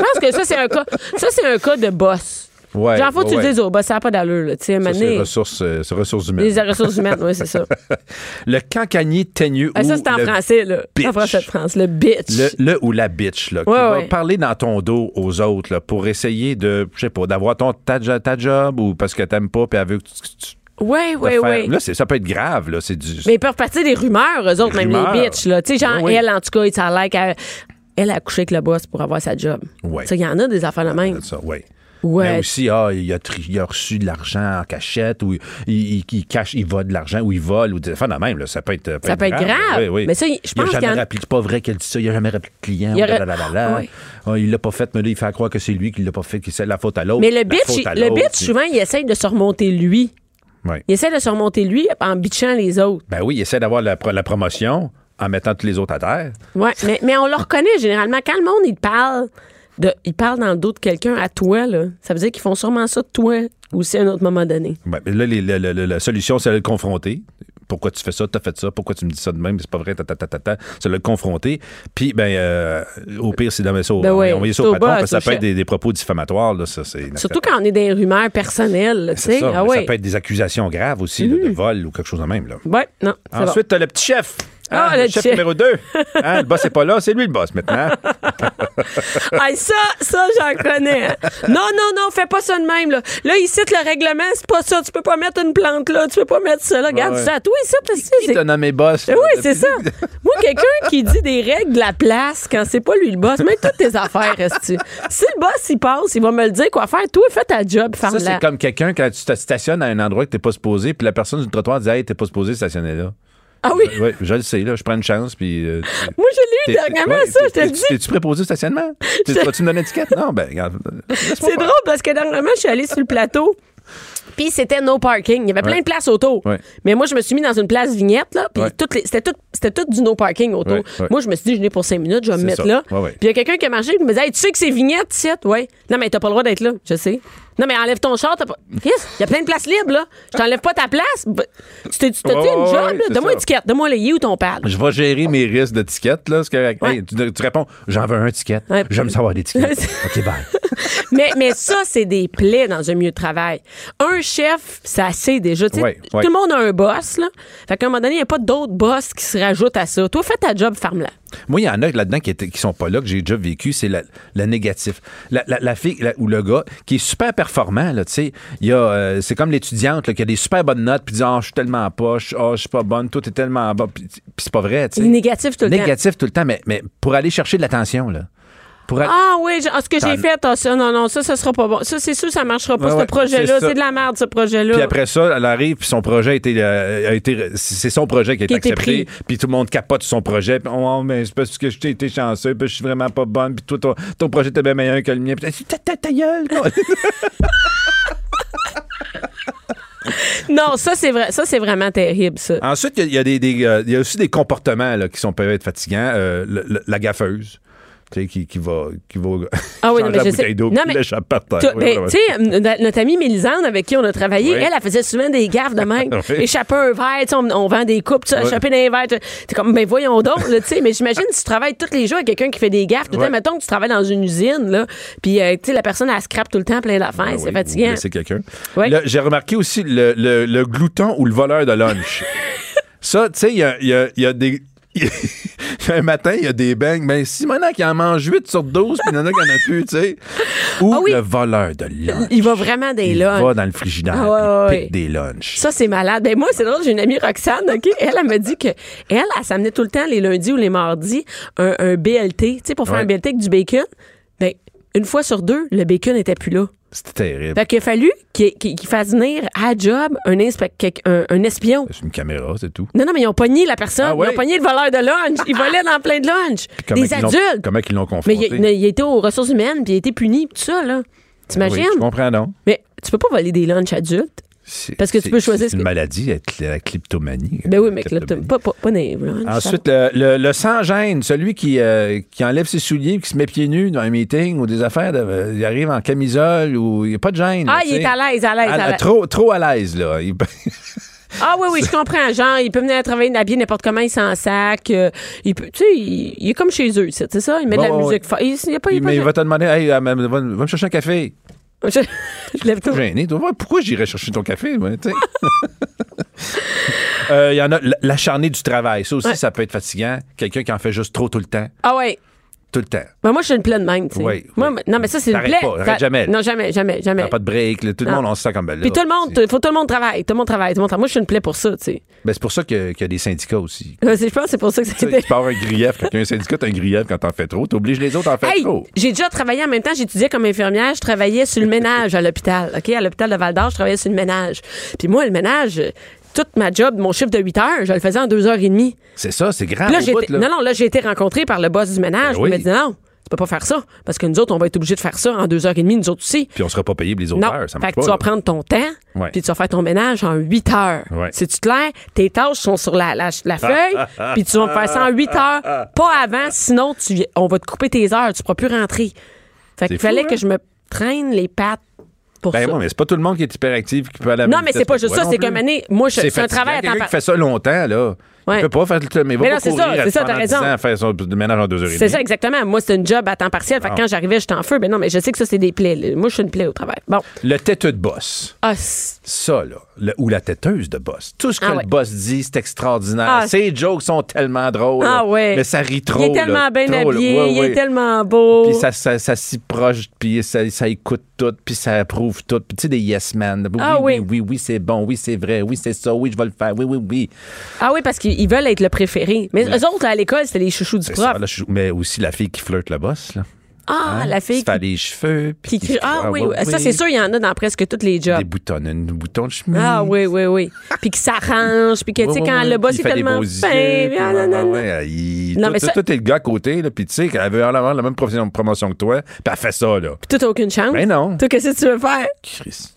Speaker 3: pense que ça, c'est un cas, ça, c'est un cas de boss.
Speaker 5: ouais,
Speaker 3: Genre, faut que tu
Speaker 5: ouais.
Speaker 3: le dises au boss, ça n'a pas d'allure, là. Tu sais, à un
Speaker 5: Ça,
Speaker 3: moment
Speaker 5: c'est
Speaker 3: donné,
Speaker 5: ressources, euh, c'est ressources humaines.
Speaker 3: les ressources humaines, oui, c'est ça.
Speaker 5: Le cancanier teigneux
Speaker 3: Ah, ça,
Speaker 5: ou
Speaker 3: c'est en
Speaker 5: le-
Speaker 3: français, là. C'est En
Speaker 5: bitch.
Speaker 3: français de France, le bitch.
Speaker 5: Le, le ou la bitch, là, qui
Speaker 3: Ouais,
Speaker 5: va
Speaker 3: ouais.
Speaker 5: parler dans ton dos aux autres là, pour essayer de, je sais pas, d'avoir ton ta, jo- ta job ou parce que t'aimes pas puis elle veut que tu, que tu te
Speaker 3: Oui, oui,
Speaker 5: fasses-
Speaker 3: oui.
Speaker 5: Là, c'est- ça peut être grave, là. C'est du.
Speaker 3: Mais ils peuvent partir des rumeurs, eux autres,
Speaker 5: Des
Speaker 3: même
Speaker 5: rumeurs.
Speaker 3: les bitches, là. Tu sais, genre,
Speaker 5: Oui, oui.
Speaker 3: elle, en tout cas, il s'en like à- Elle a couché avec le boss pour avoir sa job.
Speaker 5: Ouais. Ah,
Speaker 3: Tu sais, il y en a des affaires de même.
Speaker 5: Ça, ouais.
Speaker 3: Ouais.
Speaker 5: Mais aussi, ah, il, a tri- il a reçu de l'argent en cachette ou il, il- il cache, il vole de l'argent ou il vole ou des affaires de même. Là, ça peut être,
Speaker 3: Ça peut être grave.
Speaker 5: Oui, oui.
Speaker 3: Mais ça, il- je
Speaker 5: il a
Speaker 3: pense qu'il y
Speaker 5: jamais
Speaker 3: en a-
Speaker 5: rappelé- C'est pas vrai qu'elle dit ça. Il a jamais rappelé le client.
Speaker 3: Il
Speaker 5: Il,
Speaker 3: aurait- Ah, Oui.
Speaker 5: ah, il l'a pas fait, mais là, il fait croire que c'est lui qui l'a pas fait, que c'est la faute à l'autre.
Speaker 3: Mais le
Speaker 5: la
Speaker 3: bitch,
Speaker 5: faute
Speaker 3: il-
Speaker 5: à
Speaker 3: le
Speaker 5: l'autre,
Speaker 3: bitch,
Speaker 5: puis-
Speaker 3: souvent, il essaie de se remonter lui.
Speaker 5: Ouais.
Speaker 3: Il essaie de se remonter lui en bitchant les autres.
Speaker 5: Ben oui, il essaie d'avoir la, pro- la promotion en mettant tous les autres à terre.
Speaker 3: Ouais, mais, mais on le reconnaît généralement. Quand le monde, il te parle, de, il parle dans le dos de quelqu'un à toi, là, ça veut dire qu'ils font sûrement ça de toi aussi à un autre moment donné.
Speaker 5: Ben, mais là, les- le- le- le- la solution, c'est de le confronter. Pourquoi tu fais ça? T'as fait ça? Pourquoi tu me dis ça de même? C'est pas vrai, ta, ta, ta, ta, ta. C'est de le confronter. Puis, ben, euh, au pire, c'est d'envoyer ça au,
Speaker 3: Ben ouais,
Speaker 5: envoyer ça
Speaker 3: c'est
Speaker 5: au
Speaker 3: au
Speaker 5: patron,
Speaker 3: boss,
Speaker 5: parce que ça
Speaker 3: au
Speaker 5: peut être
Speaker 3: chef.
Speaker 5: des, des propos diffamatoires. Là, ça, c'est
Speaker 3: Surtout quand on est dans des rumeurs personnelles, là, tu
Speaker 5: c'est
Speaker 3: sais.
Speaker 5: ça,
Speaker 3: Ah
Speaker 5: mais ça
Speaker 3: ouais. Mm-hmm.
Speaker 5: peut être des accusations graves aussi, là, de vol ou quelque chose de même. Là.
Speaker 3: Ouais, non. c'est bon.
Speaker 5: Ensuite, t'as le petit chef. Hein,
Speaker 3: Ah, le
Speaker 5: le chef
Speaker 3: chef.
Speaker 5: numéro 2. le boss n'est pas là, c'est lui le boss maintenant.
Speaker 3: Hey, ça, ça, j'en connais. hein. Non, non, non, fais pas ça de même. Là, là il cite le règlement, c'est pas ça. Tu peux pas mettre une plante là, tu peux pas mettre ça là. Regarde
Speaker 5: ouais.
Speaker 3: ça, toi, ça, parce que
Speaker 5: Il
Speaker 3: c'est.
Speaker 5: t'a nommé boss. là,
Speaker 3: Oui,
Speaker 5: depuis-
Speaker 3: c'est ça. Moi, quelqu'un qui dit des règles de la place quand c'est pas lui le boss, mets toutes tes affaires, reste-tu. Si le boss, il passe, il va me le dire quoi faire. Toi, fais ta job,
Speaker 5: Ça,
Speaker 3: femme
Speaker 5: c'est
Speaker 3: là.
Speaker 5: comme quelqu'un quand tu te stationnes à un endroit que t'es pas supposé, puis la personne du trottoir dit Hey, t'es pas supposé stationner là.
Speaker 3: Ah oui,
Speaker 5: Oui, je le sais, là, je prends une chance, puis. euh, tu-
Speaker 3: moi, je l'ai eu
Speaker 5: t'es-
Speaker 3: dernièrement,
Speaker 5: ouais,
Speaker 3: ça,
Speaker 5: t'es-
Speaker 3: je te le
Speaker 5: t'es-
Speaker 3: dis.
Speaker 5: T'es-tu préposé au stationnement? Tu vas-tu me donner une étiquette? Non, ben, regarde. laisse-moi
Speaker 3: C'est
Speaker 5: faire.
Speaker 3: drôle parce que dernièrement, je suis allée sur le plateau. Puis c'était no parking. Il y avait plein
Speaker 5: Ouais.
Speaker 3: de places autour.
Speaker 5: Ouais.
Speaker 3: Mais moi, je me suis mis dans une place vignette, là. Puis
Speaker 5: Ouais.
Speaker 3: toutes les- c'était tout, c'était tout du no parking autour.
Speaker 5: Ouais, ouais.
Speaker 3: Moi, je me suis dit, je n'ai pour cinq minutes, je vais me
Speaker 5: C'est
Speaker 3: mettre
Speaker 5: ça.
Speaker 3: là.
Speaker 5: Ouais, ouais.
Speaker 3: Puis il y a quelqu'un qui a marché, qui me dit, hey, tu sais que c'est vignette, tu Ouais. Non, mais t'as pas le droit d'être là. Je sais. Non, mais enlève ton char. t'as pas- Chris, il y a plein de places libres, là. Je t'enlève pas ta place. Bah, Tu t'es- tu t'as-tu
Speaker 5: Ouais,
Speaker 3: une
Speaker 5: ouais,
Speaker 3: job,
Speaker 5: ouais,
Speaker 3: là?
Speaker 5: c'est
Speaker 3: Donne-moi
Speaker 5: ça.
Speaker 3: une étiquette. Donne-moi le you ou ton pad.
Speaker 5: Je vais gérer mes risques de tickets, là. c'est correct.
Speaker 3: Ouais.
Speaker 5: Hey, tu, tu réponds J'en veux un ticket.
Speaker 3: Ouais.
Speaker 5: J'aime savoir des tickets.
Speaker 3: C'est-
Speaker 5: OK, bye.
Speaker 3: mais, mais ça, c'est des plaies dans un milieu de travail. Un chef, ça sait déjà. Tu sais,
Speaker 5: Ouais, ouais.
Speaker 3: Tout le monde a un boss. Là. Fait qu'à un moment donné, il n'y a pas d'autres boss qui se rajoutent à ça. Toi, fais ta job, ferme-la.
Speaker 5: Moi, il y en a là-dedans qui, étaient- qui sont pas là, que j'ai déjà vécu, c'est la- le négatif. La, la- la fille la- ou le gars qui est super performant, là, tu sais, il y a, euh, c'est comme l'étudiante là, qui a des super bonnes notes, puis dit Ah, je suis tellement en poche, ah, je suis pas bonne, tout est tellement en bas, puis puis c'est pas vrai, tu
Speaker 3: Il est
Speaker 5: sais.
Speaker 3: négatif tout le temps.
Speaker 5: Négatif tout le temps, mais, mais pour aller chercher de l'attention, là. Pour aller-
Speaker 3: Ah oui, je- ah, ce que j'ai
Speaker 5: T'en-
Speaker 3: fait, ah, ça, non, non, ça, ça sera pas bon. Ça, c'est sûr, ça marchera pas,
Speaker 5: Ouais,
Speaker 3: ce
Speaker 5: ouais,
Speaker 3: projet-là.
Speaker 5: c'est ça.
Speaker 3: C'est de la merde, ce projet-là.
Speaker 5: Puis après ça, elle arrive, puis son projet a été. euh, a été- c'est son projet qui a
Speaker 3: Qui
Speaker 5: été
Speaker 3: a été
Speaker 5: accepté.
Speaker 3: pris.
Speaker 5: Puis tout le monde capote sur son projet. Puis, oh, mais c'est parce que j'ai été chanceux, puis je suis vraiment pas bonne, puis toi, ton, ton projet était bien meilleur que le mien. Puis ta, ta, ta gueule, quoi.
Speaker 3: Non, ça, c'est vrai, ça, c'est vraiment terrible, ça.
Speaker 5: Ensuite, il y a- il y, a des, des, euh, il y a aussi des comportements là, qui sont, peuvent être fatigants. Euh, le- le- la gaffeuse. Tu sais, qui, qui va. Qui va
Speaker 3: Ah oui, non,
Speaker 5: changer
Speaker 3: mais
Speaker 5: la
Speaker 3: je
Speaker 5: bouteille
Speaker 3: sais.
Speaker 5: d'eau,
Speaker 3: Non,
Speaker 5: puis
Speaker 3: mais-
Speaker 5: l'échappe par terre.
Speaker 3: Toi,
Speaker 5: Oui,
Speaker 3: ben,
Speaker 5: oui, oui.
Speaker 3: tu sais, euh, no- notre amie Mélisande, avec qui on a travaillé,
Speaker 5: Oui.
Speaker 3: elle, elle faisait souvent des gaffes de même.
Speaker 5: Oui.
Speaker 3: Échapper un verre, tu sais, on, on vend des coupes, tu sais,
Speaker 5: Oui.
Speaker 3: échapper d'un verre. tu sais. T'es comme, ben voyons donc, là, tu sais. Mais j'imagine, si tu travailles tous les jours avec quelqu'un qui fait des gaffes, tout le temps,
Speaker 5: Oui.
Speaker 3: mettons que tu travailles dans une usine, là, puis, euh, tu sais, la personne, elle scrape tout le temps plein d'affaires,
Speaker 5: Ah
Speaker 3: Ben c'est
Speaker 5: oui, vous
Speaker 3: fatigant.
Speaker 5: blessez quelqu'un.
Speaker 3: Oui.
Speaker 5: Là, J'ai remarqué aussi le, le- le glouton ou le voleur de lunch. ça, tu sais, il y a, il y a- il y a des. un matin, il y a des bangs. Ben, si maintenant qu'il en mange 8 sur 12, puis il y en a qui en a plus, tu sais. Ou
Speaker 3: Ah oui.
Speaker 5: le voleur de lunch.
Speaker 3: Il va vraiment des
Speaker 5: Il
Speaker 3: lunchs.
Speaker 5: va dans le frigidaire,
Speaker 3: Ah ouais,
Speaker 5: puis il
Speaker 3: ouais,
Speaker 5: pique des lunchs.
Speaker 3: Ça, c'est malade. Ben, moi, c'est drôle, j'ai une amie Roxane, OK? Elle, elle me dit que elle, elle s'amenait tout le temps, les lundis ou les mardis, un, un BLT, tu sais, pour faire
Speaker 5: Ouais.
Speaker 3: un BLT avec du bacon. Ben, une fois sur deux, le bacon n'était plus là.
Speaker 5: C'était terrible.
Speaker 3: Fait qu'il a fallu qu'il qu'il- qu'il fasse venir à job un, inspe- quelqu'un- un, un espion.
Speaker 5: C'est une caméra, c'est tout.
Speaker 3: Non, non, mais ils ont pogné la personne.
Speaker 5: Ah ouais?
Speaker 3: Ils ont pogné le voleur de lunch. Ils volaient dans plein de lunch.
Speaker 5: Comment
Speaker 3: Des
Speaker 5: qu'ils l'ont-
Speaker 3: adultes.
Speaker 5: Comment ils l'ont
Speaker 3: Mais
Speaker 5: confronté?
Speaker 3: il, a- il a été aux ressources humaines, puis il a été puni, puis tout ça, là.
Speaker 5: Oui,
Speaker 3: T'imagines?
Speaker 5: je comprends, non?
Speaker 3: mais tu peux pas voler des lunchs adultes.
Speaker 5: C'est-
Speaker 3: Parce que tu
Speaker 5: c'est-
Speaker 3: peux choisir
Speaker 5: C'est
Speaker 3: ce
Speaker 5: une
Speaker 3: que-
Speaker 5: maladie, être- la kleptomanie.
Speaker 3: Ben oui,
Speaker 5: La
Speaker 3: mais là, t'as- pas, pas, pas des lunchs.
Speaker 5: Ensuite, le, le, le sans-gêne, celui qui, euh, qui enlève ses souliers, qui se met pieds nus dans un meeting ou des affaires, de- euh, il arrive en camisole ou il n'y a pas de gêne.
Speaker 3: Ah,
Speaker 5: là,
Speaker 3: il
Speaker 5: tu sais.
Speaker 3: est à l'aise, à l'aise,
Speaker 5: Ah,
Speaker 3: à l'aise.
Speaker 5: Trop, trop à l'aise, là. Il-
Speaker 3: Ah oui, oui, je comprends. Genre, il peut venir travailler habillé n'importe comment, il s'en sac. euh, il peut, tu sais, il, il est comme chez eux, c'est c'est ça? Il met de la
Speaker 5: Bon, ouais,
Speaker 3: musique. forte. Il, il y a pas, il y a
Speaker 5: mais il
Speaker 3: pas
Speaker 5: va te demander, hey, euh, va, va me chercher un café.
Speaker 3: Je, je lève tout.
Speaker 5: Gêné. Tu vois, pourquoi j'irais chercher ton café, moi, tu sais? Euh, Il y en a l- l'acharné du travail. Ça aussi,
Speaker 3: Ouais.
Speaker 5: ça peut être fatigant. Quelqu'un qui en fait juste trop tout le temps.
Speaker 3: Ah ouais.
Speaker 5: Tout le temps.
Speaker 3: Ben, moi, je suis une plaie de même, tu sais.
Speaker 5: Oui,
Speaker 3: Moi,
Speaker 5: oui.
Speaker 3: mais- Non, mais ça, c'est une
Speaker 5: T'arrêtes
Speaker 3: plaie.
Speaker 5: pas, t'arrêtes
Speaker 3: Ça-
Speaker 5: jamais, là.
Speaker 3: Non, jamais, jamais,
Speaker 5: Il n'y
Speaker 3: jamais.
Speaker 5: a pas de break. là. Tout le
Speaker 3: Ben Non.
Speaker 5: monde, on se sent comme ben, là,
Speaker 3: Puis tout le
Speaker 5: c'est-
Speaker 3: monde, faut tout le monde travaille, tout le monde travaille, tout le monde travaille. Moi, je suis une plaie pour ça, tu sais.
Speaker 5: Ben, c'est pour ça que- qu'il y a des syndicats aussi.
Speaker 3: Euh, c'est- Je pense que c'est pour ça que
Speaker 5: Tu sais,
Speaker 3: c'était.
Speaker 5: tu peux avoir un grief. Quand il y a un syndicat, t'as un grief quand t'en fais trop. T'obliges les autres à en faire
Speaker 3: Hey,
Speaker 5: trop.
Speaker 3: j'ai déjà travaillé en même temps, j'étudiais comme infirmière, je travaillais sur le ménage à l'hôpital, OK? À l'hôpital de Val-d'Or, je travaillais sur le ménage. Puis moi, le ménage, euh, toute ma job, mon chiffre de 8 heures, je le faisais en 2 heures et demie.
Speaker 5: C'est ça, c'est grave.
Speaker 3: Puis là,
Speaker 5: Ah, au
Speaker 3: j'ai
Speaker 5: bout,
Speaker 3: été-
Speaker 5: là.
Speaker 3: non, non, là, j'ai été rencontré par le boss du ménage. puis
Speaker 5: Ben
Speaker 3: Il m'a
Speaker 5: oui.
Speaker 3: dit non, tu peux pas faire ça. Parce que nous autres, on va être obligés de faire ça en deux heures et demie, nous autres aussi.
Speaker 5: Puis on sera pas payé pour les autres
Speaker 3: Non.
Speaker 5: heures. Ça
Speaker 3: fait
Speaker 5: marche
Speaker 3: que
Speaker 5: pas.
Speaker 3: tu vas
Speaker 5: là.
Speaker 3: prendre ton temps,
Speaker 5: Ouais.
Speaker 3: puis tu vas faire ton ménage en 8 heures.
Speaker 5: Ouais.
Speaker 3: C'est-tu clair? Tes tâches sont sur la, la- la feuille, puis tu vas me faire ça en 8 heures, pas avant, sinon tu, vi- on va te couper tes heures, tu pourras plus rentrer. Fait
Speaker 5: C'est
Speaker 3: qu'il fallait
Speaker 5: fou, hein?
Speaker 3: que je me traîne les pattes pour
Speaker 5: Ben
Speaker 3: ça.
Speaker 5: ouais, mais c'est pas tout le monde qui est hyperactif qui peut aller à la
Speaker 3: Non,
Speaker 5: même
Speaker 3: mais c'est
Speaker 5: vitesse
Speaker 3: pas
Speaker 5: que
Speaker 3: juste ça,
Speaker 5: toi non
Speaker 3: c'est
Speaker 5: plus.
Speaker 3: qu'à un moment donné, moi, je- c'est un
Speaker 5: fatigant.
Speaker 3: travail à temps
Speaker 5: Quelqu'un
Speaker 3: par-
Speaker 5: qui fait ça longtemps, là.
Speaker 3: Ouais.
Speaker 5: Il peut pas faire le mais il va
Speaker 3: Mais
Speaker 5: pas
Speaker 3: non, c'est
Speaker 5: courir
Speaker 3: ça,
Speaker 5: à-
Speaker 3: c'est ça, t'as
Speaker 5: pendant 10
Speaker 3: raison.
Speaker 5: ans à faire son ménage en deux heures et
Speaker 3: C'est
Speaker 5: demie.
Speaker 3: ça, exactement. Moi, c'est une job à temps partiel. Fait que
Speaker 5: Ah.
Speaker 3: quand j'arrivais, j'étais en feu. Mais non, mais je sais que ça, c'est des plaies. là. Moi, je suis une plaie au travail. Bon.
Speaker 5: Le têteux de boss.
Speaker 3: Ah, c'est-
Speaker 5: Ça, là. le- ou la têteuse de boss. Tout ce que
Speaker 3: Ah ouais.
Speaker 5: le boss dit, c'est extraordinaire.
Speaker 3: Ah.
Speaker 5: Ses jokes sont tellement drôles.
Speaker 3: ah
Speaker 5: là.
Speaker 3: ouais.
Speaker 5: Mais ça rit trop.
Speaker 3: Il est tellement
Speaker 5: là.
Speaker 3: bien
Speaker 5: Trop, là.
Speaker 3: habillé.
Speaker 5: Ouais,
Speaker 3: Il
Speaker 5: ouais.
Speaker 3: est tellement beau.
Speaker 5: Puis ça, ça, ça s'y proche, puis ça, ça écoute tout, puis ça approuve tout. Puis tu sais, des yes men. Oui,
Speaker 3: Ah
Speaker 5: oui,
Speaker 3: oui.
Speaker 5: oui, oui, c'est bon, oui, c'est vrai, oui, c'est ça, oui, je vais le faire, oui, oui, oui.
Speaker 3: Ah oui, parce qu'ils ils veulent être le préféré. Mais eux autres, là, à l'école, c'était les chouchous du
Speaker 5: C'est
Speaker 3: prof.
Speaker 5: ça, là, je- mais aussi la fille qui flirte le boss, là.
Speaker 3: ah,
Speaker 5: Hein?
Speaker 3: la fille
Speaker 5: Qui se fait
Speaker 3: qui,
Speaker 5: les cheveux, puis
Speaker 3: qui crie. Ah oui,
Speaker 5: ouais,
Speaker 3: oui. ça, c'est sûr, il y en a dans presque tous les jobs.
Speaker 5: Des boutons, un bouton de chemise.
Speaker 3: Ah oui, oui, oui. Puis qui s'arrange. Puis que, tu sais,
Speaker 5: Ouais,
Speaker 3: quand
Speaker 5: ouais,
Speaker 3: le boss
Speaker 5: il
Speaker 3: est
Speaker 5: fait des
Speaker 3: tellement
Speaker 5: beaux yeux,
Speaker 3: fin.
Speaker 5: puis
Speaker 3: ah,
Speaker 5: ouais,
Speaker 3: non, non, non.
Speaker 5: ouais, ouais, il-
Speaker 3: Non,
Speaker 5: toi-
Speaker 3: mais ça-
Speaker 5: toi, t'es le gars à côté, là, puis tu sais, qu'elle veut avoir la même promotion promotion que toi, puis elle fait ça, là.
Speaker 3: Puis toi, t'as aucune chance.
Speaker 5: Mais Ben non.
Speaker 3: Toi, qu'est-ce que tu veux faire?
Speaker 5: Chris.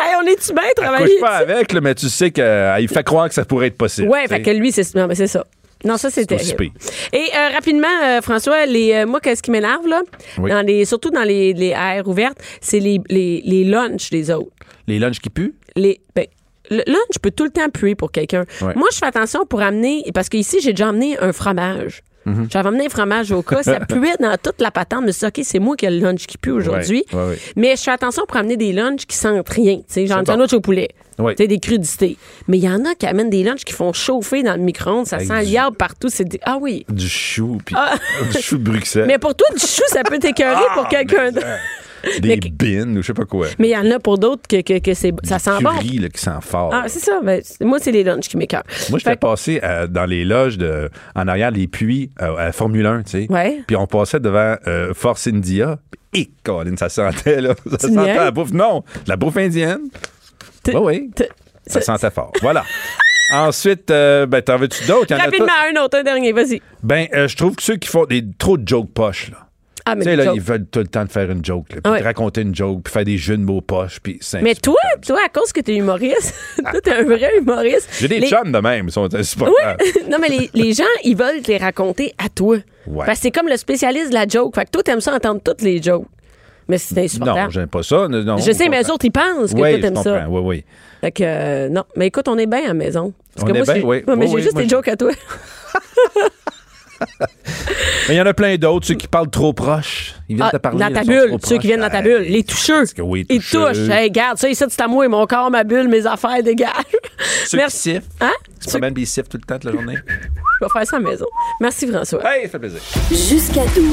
Speaker 3: Hey, on est-tu bien travaillé?
Speaker 5: Couche pas avec, là, mais tu sais qu'il fait croire que ça pourrait être possible.
Speaker 3: Ouais,
Speaker 5: tu sais.
Speaker 3: fait que lui, c'est non, mais c'est ça. Non, ça, c'est
Speaker 5: aussi
Speaker 3: terrible. Et euh, rapidement, euh, François, les, euh, moi, qu'est-ce qui m'énerve, là,
Speaker 5: Oui.
Speaker 3: dans les, surtout dans les, les aires ouvertes, c'est les, les, les lunchs des autres.
Speaker 5: Les lunchs qui puent.
Speaker 3: Les, ben, le lunch peut tout le temps puer pour quelqu'un.
Speaker 5: Ouais.
Speaker 3: Moi, je fais attention pour amener, parce qu'ici, j'ai déjà amené un fromage.
Speaker 5: Mm-hmm.
Speaker 3: J'avais amené un fromage au cas, ça puait dans toute la patente. Je me suis dit, OK, c'est moi qui ai le lunch qui pue aujourd'hui.
Speaker 5: Ouais, ouais, ouais.
Speaker 3: Mais je fais attention pour amener des lunchs qui sentent rien. Tu sais, genre un
Speaker 5: C'est bon.
Speaker 3: sandwich au poulet.
Speaker 5: Oui.
Speaker 3: Tu sais, des crudités. Mais il y en a qui amènent des lunchs qui font chauffer dans le micro-ondes. Ça
Speaker 5: Avec
Speaker 3: sent
Speaker 5: du-
Speaker 3: liable partout. C'est des- Ah oui.
Speaker 5: du chou, puis du chou de Bruxelles.
Speaker 3: Ah. Mais pour toi, du chou, ça peut t'écœurer
Speaker 5: Ah,
Speaker 3: pour quelqu'un
Speaker 5: mais-
Speaker 3: d'autre.
Speaker 5: Des
Speaker 3: Mais-
Speaker 5: bines ou je sais pas quoi.
Speaker 3: Mais il y en a pour d'autres que, que, que c'est, ça sent
Speaker 5: du
Speaker 3: bon.
Speaker 5: curry, là, qui sent fort.
Speaker 3: Ah, c'est ça. Ben, c'est- moi, c'est les lunchs qui m'écœurent.
Speaker 5: Moi, j'étais
Speaker 3: Fait que-
Speaker 5: passé euh, dans les loges de, en arrière des puits euh, à Formule 1, tu sais.
Speaker 3: Ouais.
Speaker 5: Puis on passait devant euh, Force India. Et Colin, ça sentait, là. Ça
Speaker 3: niaises?
Speaker 5: sentait la bouffe. Non, la bouffe indienne.
Speaker 3: T'es-
Speaker 5: Oui, oui.
Speaker 3: t'es- c'est-
Speaker 5: Ça sentait fort. Voilà. Ensuite, euh, ben, t'en veux-tu d'autres? Il y en a
Speaker 3: Rapidement,
Speaker 5: tout-
Speaker 3: un autre, un dernier, vas-y.
Speaker 5: Ben, euh, je trouve que ceux qui font des, trop de jokes poches, là.
Speaker 3: Ah, mais,
Speaker 5: Tu sais, là,
Speaker 3: Joe.
Speaker 5: ils veulent tout le temps te faire une joke, là, puis
Speaker 3: Ah ouais.
Speaker 5: te raconter une joke, puis faire des jeux de mots poches, puis c'est
Speaker 3: mais toi,
Speaker 5: insupportable.
Speaker 3: toi, à cause que t'es humoriste, toi, t'es un vrai humoriste.
Speaker 5: J'ai des
Speaker 3: Les-
Speaker 5: chums de même, ils sont insupportables.
Speaker 3: Oui. non, mais les, les gens, ils veulent te les raconter à toi.
Speaker 5: Ouais.
Speaker 3: Parce que c'est comme le spécialiste de la joke. Fait que toi, t'aimes ça entendre toutes les jokes. Mais c'est insupportable.
Speaker 5: Non, j'aime pas ça. non,
Speaker 3: Je sais, mais
Speaker 5: pas-
Speaker 3: eux autres, ils pensent que
Speaker 5: Oui,
Speaker 3: toi,
Speaker 5: je
Speaker 3: t'aimes ça.
Speaker 5: comprends, Oui, oui.
Speaker 3: Fait que, euh, non. Mais écoute, on est bien à la maison. Parce
Speaker 5: On
Speaker 3: que
Speaker 5: est
Speaker 3: moi,
Speaker 5: bien,
Speaker 3: j'ai-
Speaker 5: oui.
Speaker 3: mais
Speaker 5: Oui,
Speaker 3: j'ai
Speaker 5: oui,
Speaker 3: juste
Speaker 5: moi,
Speaker 3: des
Speaker 5: je-
Speaker 3: jokes à toi.
Speaker 5: Mais il y en a plein d'autres, ceux qui parlent trop proche. Ils viennent
Speaker 3: Ah,
Speaker 5: te parler.
Speaker 3: dans ta
Speaker 5: ils sont
Speaker 3: bulle,
Speaker 5: trop
Speaker 3: ceux qui
Speaker 5: proches.
Speaker 3: viennent dans ta bulle,
Speaker 5: Hey,
Speaker 3: les toucheux.
Speaker 5: que oui,
Speaker 3: ils
Speaker 5: toucheux.
Speaker 3: touchent. Hey, regarde, ça, ici, c'est à moi, mon corps, ma bulle, mes affaires, dégage.
Speaker 5: Ceux
Speaker 3: Merci.
Speaker 5: qui sifflent.
Speaker 3: Hein?
Speaker 5: C'est pas même des siffles tout le temps de la journée.
Speaker 3: Je vais faire ça à la maison. Merci, François.
Speaker 5: hey, ça fait plaisir.
Speaker 1: Jusqu'à 12.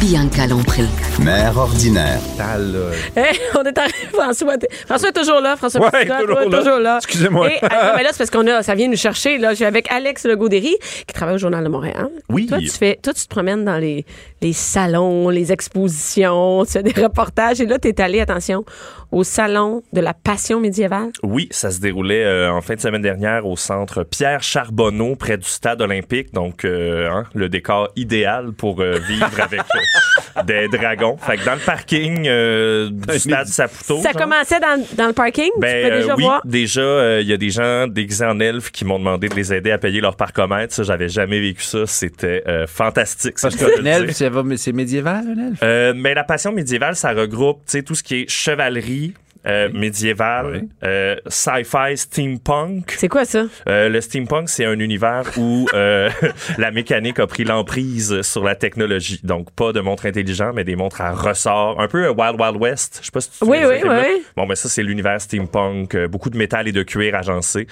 Speaker 1: Bianca Lompré.
Speaker 2: Mère ordinaire.
Speaker 5: Tal, là.
Speaker 3: Hey, on est arrivé, François. t'es- François est toujours là. François
Speaker 5: Ouais,
Speaker 3: Patricotte,
Speaker 5: toujours
Speaker 3: ouais,
Speaker 5: là.
Speaker 3: toujours là.
Speaker 5: Excusez-moi.
Speaker 3: Et, ah, non, mais là, c'est parce qu'on a, ça vient nous chercher. Là, je suis avec Alex Legaudéry, qui travaille au Journal de Montréal. Hein?
Speaker 5: Oui.
Speaker 3: Toi, tu fais, toi, tu te promènes dans les, les salons, les expositions, tu fais des reportages. Et là, tu es allé, attention, au salon de la passion médiévale.
Speaker 6: Oui, ça se déroulait euh, en fin de semaine dernière au centre Pierre Charbonneau, près du stade olympique. Donc, euh, hein, le décor idéal pour euh, vivre avec euh, des dragons. Fait que dans le parking euh, du stade Saputo.
Speaker 3: ça
Speaker 6: genre,
Speaker 3: commençait dans, dans le parking. tu
Speaker 6: ben,
Speaker 3: peux déjà
Speaker 6: euh, oui,
Speaker 3: voir.
Speaker 6: déjà, euh, il y a des gens déguisés en elfes qui m'ont demandé de les aider à payer leur parcomètre. Ça, j'avais jamais vécu ça. C'était euh, fantastique. c'est
Speaker 5: Parce
Speaker 6: le cas de
Speaker 5: que
Speaker 6: le
Speaker 5: un elfe,
Speaker 6: dire.
Speaker 5: c'est va- c'est médiéval, un elfe.
Speaker 6: Euh, mais la passion médiévale, ça regroupe tu sais, tout ce qui est chevalerie. euh, médiévale,
Speaker 5: Oui.
Speaker 6: euh, sci-fi, steampunk.
Speaker 3: C'est quoi ça?
Speaker 6: Euh, le steampunk, c'est un univers où euh, la mécanique a pris l'emprise sur la technologie. Donc, pas de montres intelligents, mais des montres à ressort. Un peu euh, Wild Wild West. Je sais pas si tu te
Speaker 3: Oui,
Speaker 6: souviens de
Speaker 3: oui,
Speaker 6: ce film-là.
Speaker 3: oui.
Speaker 6: Bon, mais ça, c'est l'univers steampunk. euh, beaucoup de métal et de cuir agencé.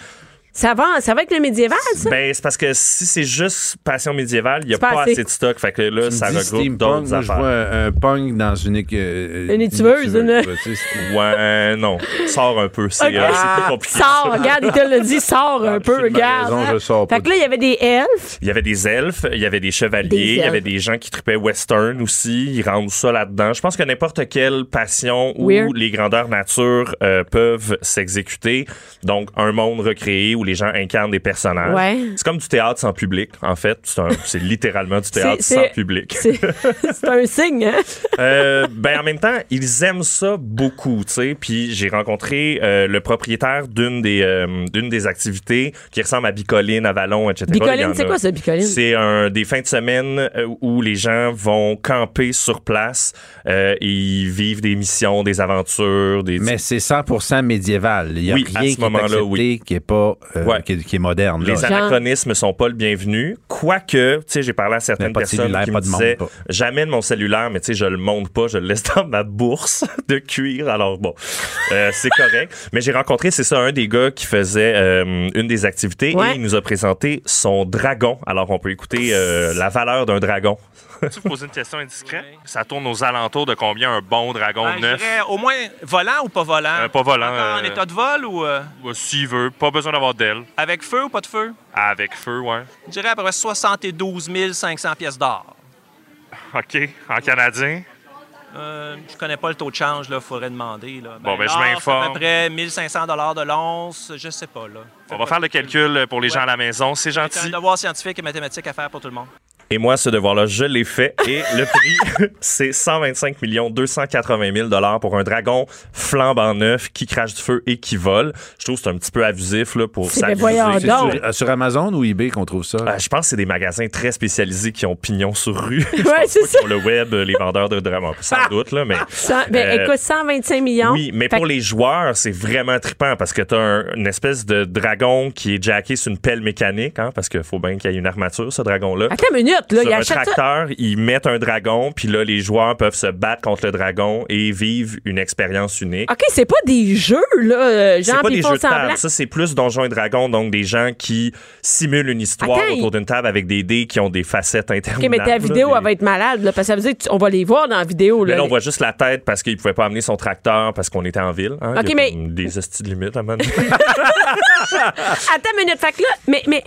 Speaker 3: Ça va, ça va avec le médiéval, ça?
Speaker 6: Ben, c'est parce que si c'est juste passion médiévale, il n'y a
Speaker 3: C'est pas
Speaker 6: pas,
Speaker 3: assez.
Speaker 6: assez. de stock. Fait que là,
Speaker 5: Tu me
Speaker 6: ça
Speaker 5: dis
Speaker 6: regroupe
Speaker 5: steampunk,
Speaker 6: d'autres
Speaker 5: moi, Je vois
Speaker 6: affaires.
Speaker 5: un, un punk dans une. écu- euh,
Speaker 3: Une étuveuse, une-
Speaker 5: ouais, tu sais, c'est-
Speaker 6: Ouais, non. Sors un peu. C'est
Speaker 3: Ok. Ah.
Speaker 6: euh, c'est plus compliqué.
Speaker 3: Sors, regarde, il te le dit, sors
Speaker 5: Ah,
Speaker 3: un peu,
Speaker 5: absolument
Speaker 3: regarde.
Speaker 5: raison,
Speaker 3: hein.
Speaker 5: je sors
Speaker 6: Ah,
Speaker 5: pas
Speaker 3: fait que là, il y avait des elfes.
Speaker 6: Il y avait des elfes, il y avait des chevaliers,
Speaker 3: Des
Speaker 6: il y avait
Speaker 3: elfes.
Speaker 6: des gens qui tripaient western aussi. Ils rendent ça là-dedans. Je pense que n'importe quelle passion où
Speaker 3: Weird.
Speaker 6: les grandeurs nature euh, peuvent s'exécuter. Donc, un monde recréé où où les gens incarnent des personnages.
Speaker 3: Ouais.
Speaker 6: C'est comme du théâtre sans public, en fait. C'est un- c'est littéralement du théâtre
Speaker 3: C'est-
Speaker 6: sans
Speaker 3: c'est-
Speaker 6: public.
Speaker 3: C'est c'est un signe, hein?
Speaker 6: Euh, ben en même temps, ils aiment ça beaucoup, tu sais. Puis j'ai rencontré euh, le propriétaire d'une des euh, d'une des activités qui ressemble à Bicoline, à Vallon, etc. Il y en
Speaker 3: Bicoline,
Speaker 6: a.
Speaker 3: c'est quoi ça, Bicoline?
Speaker 6: C'est un des fins de semaine euh, où les gens vont camper sur place euh, et ils vivent des missions, des aventures, des
Speaker 5: Mais c'est 100 médiéval. Il n'y a
Speaker 6: Oui, à
Speaker 5: rien
Speaker 6: ce
Speaker 5: qui est
Speaker 6: moment-là,
Speaker 5: accepté
Speaker 6: oui.
Speaker 5: qui est pas euh,
Speaker 6: Ouais.
Speaker 5: qui, est, qui est moderne. là.
Speaker 6: Les
Speaker 3: Genre-
Speaker 6: anachronismes sont pas le bienvenu. Quoique, tu sais, j'ai parlé à certaines
Speaker 5: Mais pas de
Speaker 6: personnes
Speaker 5: cellulaire,
Speaker 6: qui
Speaker 5: pas
Speaker 6: me
Speaker 5: de montre,
Speaker 6: disaient,
Speaker 5: pas.
Speaker 6: j'amène mon cellulaire, mais tu sais, je le monte pas, je le laisse dans ma bourse de cuir. Alors bon, euh, c'est correct. Mais j'ai rencontré, c'est ça, un des gars qui faisait euh, une des activités
Speaker 3: Ouais.
Speaker 6: et il nous a présenté son dragon. Alors on peut écouter euh, la valeur d'un dragon.
Speaker 7: Tu vous poser une question indiscrète? Ça tourne aux alentours de combien un bon dragon
Speaker 8: Ben, je dirais au moins volant ou pas volant?
Speaker 6: Euh, pas volant,
Speaker 8: Encore En
Speaker 6: euh,
Speaker 8: état de vol ou euh,
Speaker 6: S'il veut, pas besoin d'avoir d'elle.
Speaker 8: avec feu ou pas de feu?
Speaker 6: Avec feu, ouais.
Speaker 8: Je dirais à peu près 72 500 pièces d'or.
Speaker 6: OK. En canadien?
Speaker 8: Euh, je connais pas le taux de change, là, faudrait demander. Là.
Speaker 6: Bon, ben, je
Speaker 8: l'or, c'est
Speaker 6: m'informe.
Speaker 8: À peu près 1500 dollars de l'once, je sais pas, là. Fais pas de
Speaker 6: pour les
Speaker 8: gens à la
Speaker 6: maison. C'est
Speaker 8: C'est un devoir scientifique et mathématique à faire pour tout le monde.
Speaker 6: Et moi, ce devoir-là, je l'ai fait. Et le prix, c'est 125 280 000 dollars pour un dragon flambant neuf qui crache du feu et qui vole. Je trouve que c'est un petit peu abusif là, pour
Speaker 3: C'est-
Speaker 6: s'amuser.
Speaker 3: mais voyons
Speaker 5: C'est
Speaker 3: Ah, donc.
Speaker 5: sur, euh, sur Amazon ou eBay qu'on trouve ça.
Speaker 6: Euh, je pense que c'est des magasins très spécialisés qui ont pignon sur rue. Je
Speaker 3: Ouais,
Speaker 6: pense
Speaker 3: c'est
Speaker 6: pas
Speaker 3: ça. Ah!
Speaker 6: Sur le web, euh, les vendeurs de dragons. Sans doute, là, mais...
Speaker 3: Ça- ben,
Speaker 6: Euh,
Speaker 3: écoute, 125 millions.
Speaker 6: Oui, mais
Speaker 3: Fait
Speaker 6: pour
Speaker 3: que
Speaker 6: les joueurs, c'est vraiment trippant parce que t'as un- une espèce de dragon qui est jacké sur une pelle mécanique, hein, parce qu'il faut bien qu'il y ait une armature, ce dragon-là.
Speaker 3: Attends une minute, là, il
Speaker 6: sur un
Speaker 3: achète ça.
Speaker 6: tracteur, ils mettent un dragon, puis là, les joueurs peuvent se battre contre le dragon et vivre une expérience unique.
Speaker 3: OK, c'est pas des jeux, là. euh,
Speaker 6: C'est
Speaker 3: Genre,
Speaker 6: pas
Speaker 3: puis
Speaker 6: des
Speaker 3: ils
Speaker 6: jeux
Speaker 3: font
Speaker 6: de table.
Speaker 3: semblant.
Speaker 6: Ça, c'est plus Donjons et Dragons, donc des gens qui simulent une histoire
Speaker 3: Attends,
Speaker 6: autour
Speaker 3: il-
Speaker 6: d'une table avec des dés qui ont des facettes
Speaker 3: OK,
Speaker 6: interminables.
Speaker 3: mais ta vidéo,
Speaker 6: là,
Speaker 3: elle
Speaker 6: des-
Speaker 3: va être malade, là, parce que ça veut dire qu'on va les voir dans la vidéo,
Speaker 6: Mais
Speaker 3: là.
Speaker 6: là, on voit juste la tête parce qu'il pouvait pas amener son tracteur parce qu'on était en ville. hein.
Speaker 3: Ok,
Speaker 6: Il y a
Speaker 3: mais-
Speaker 6: comme Des hosties de limite, à un moment donné.
Speaker 3: Attends une minute, fait que là, mais, mais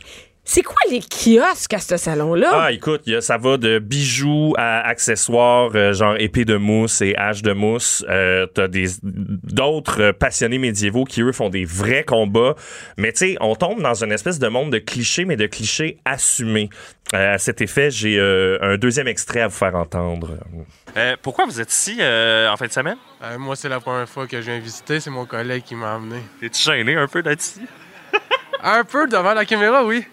Speaker 3: c'est quoi les kiosques à ce salon-là?
Speaker 6: Ah, écoute, il y a- ça va de bijoux à accessoires, euh, genre épée de mousse et hache de mousse. Euh, T'as des d'autres euh, passionnés médiévaux qui, eux, font des vrais combats. Mais tu sais, on tombe dans une espèce de monde de clichés, mais de clichés assumés. Euh, à cet effet, j'ai euh, un deuxième extrait à vous faire entendre.
Speaker 7: Euh, pourquoi vous êtes ici euh, en fin de semaine?
Speaker 9: Euh, moi, c'est la première fois que je viens visiter. C'est mon collègue qui m'a amené.
Speaker 7: T'es-tu gêné un peu d'être ici?
Speaker 9: Un peu devant la caméra, oui.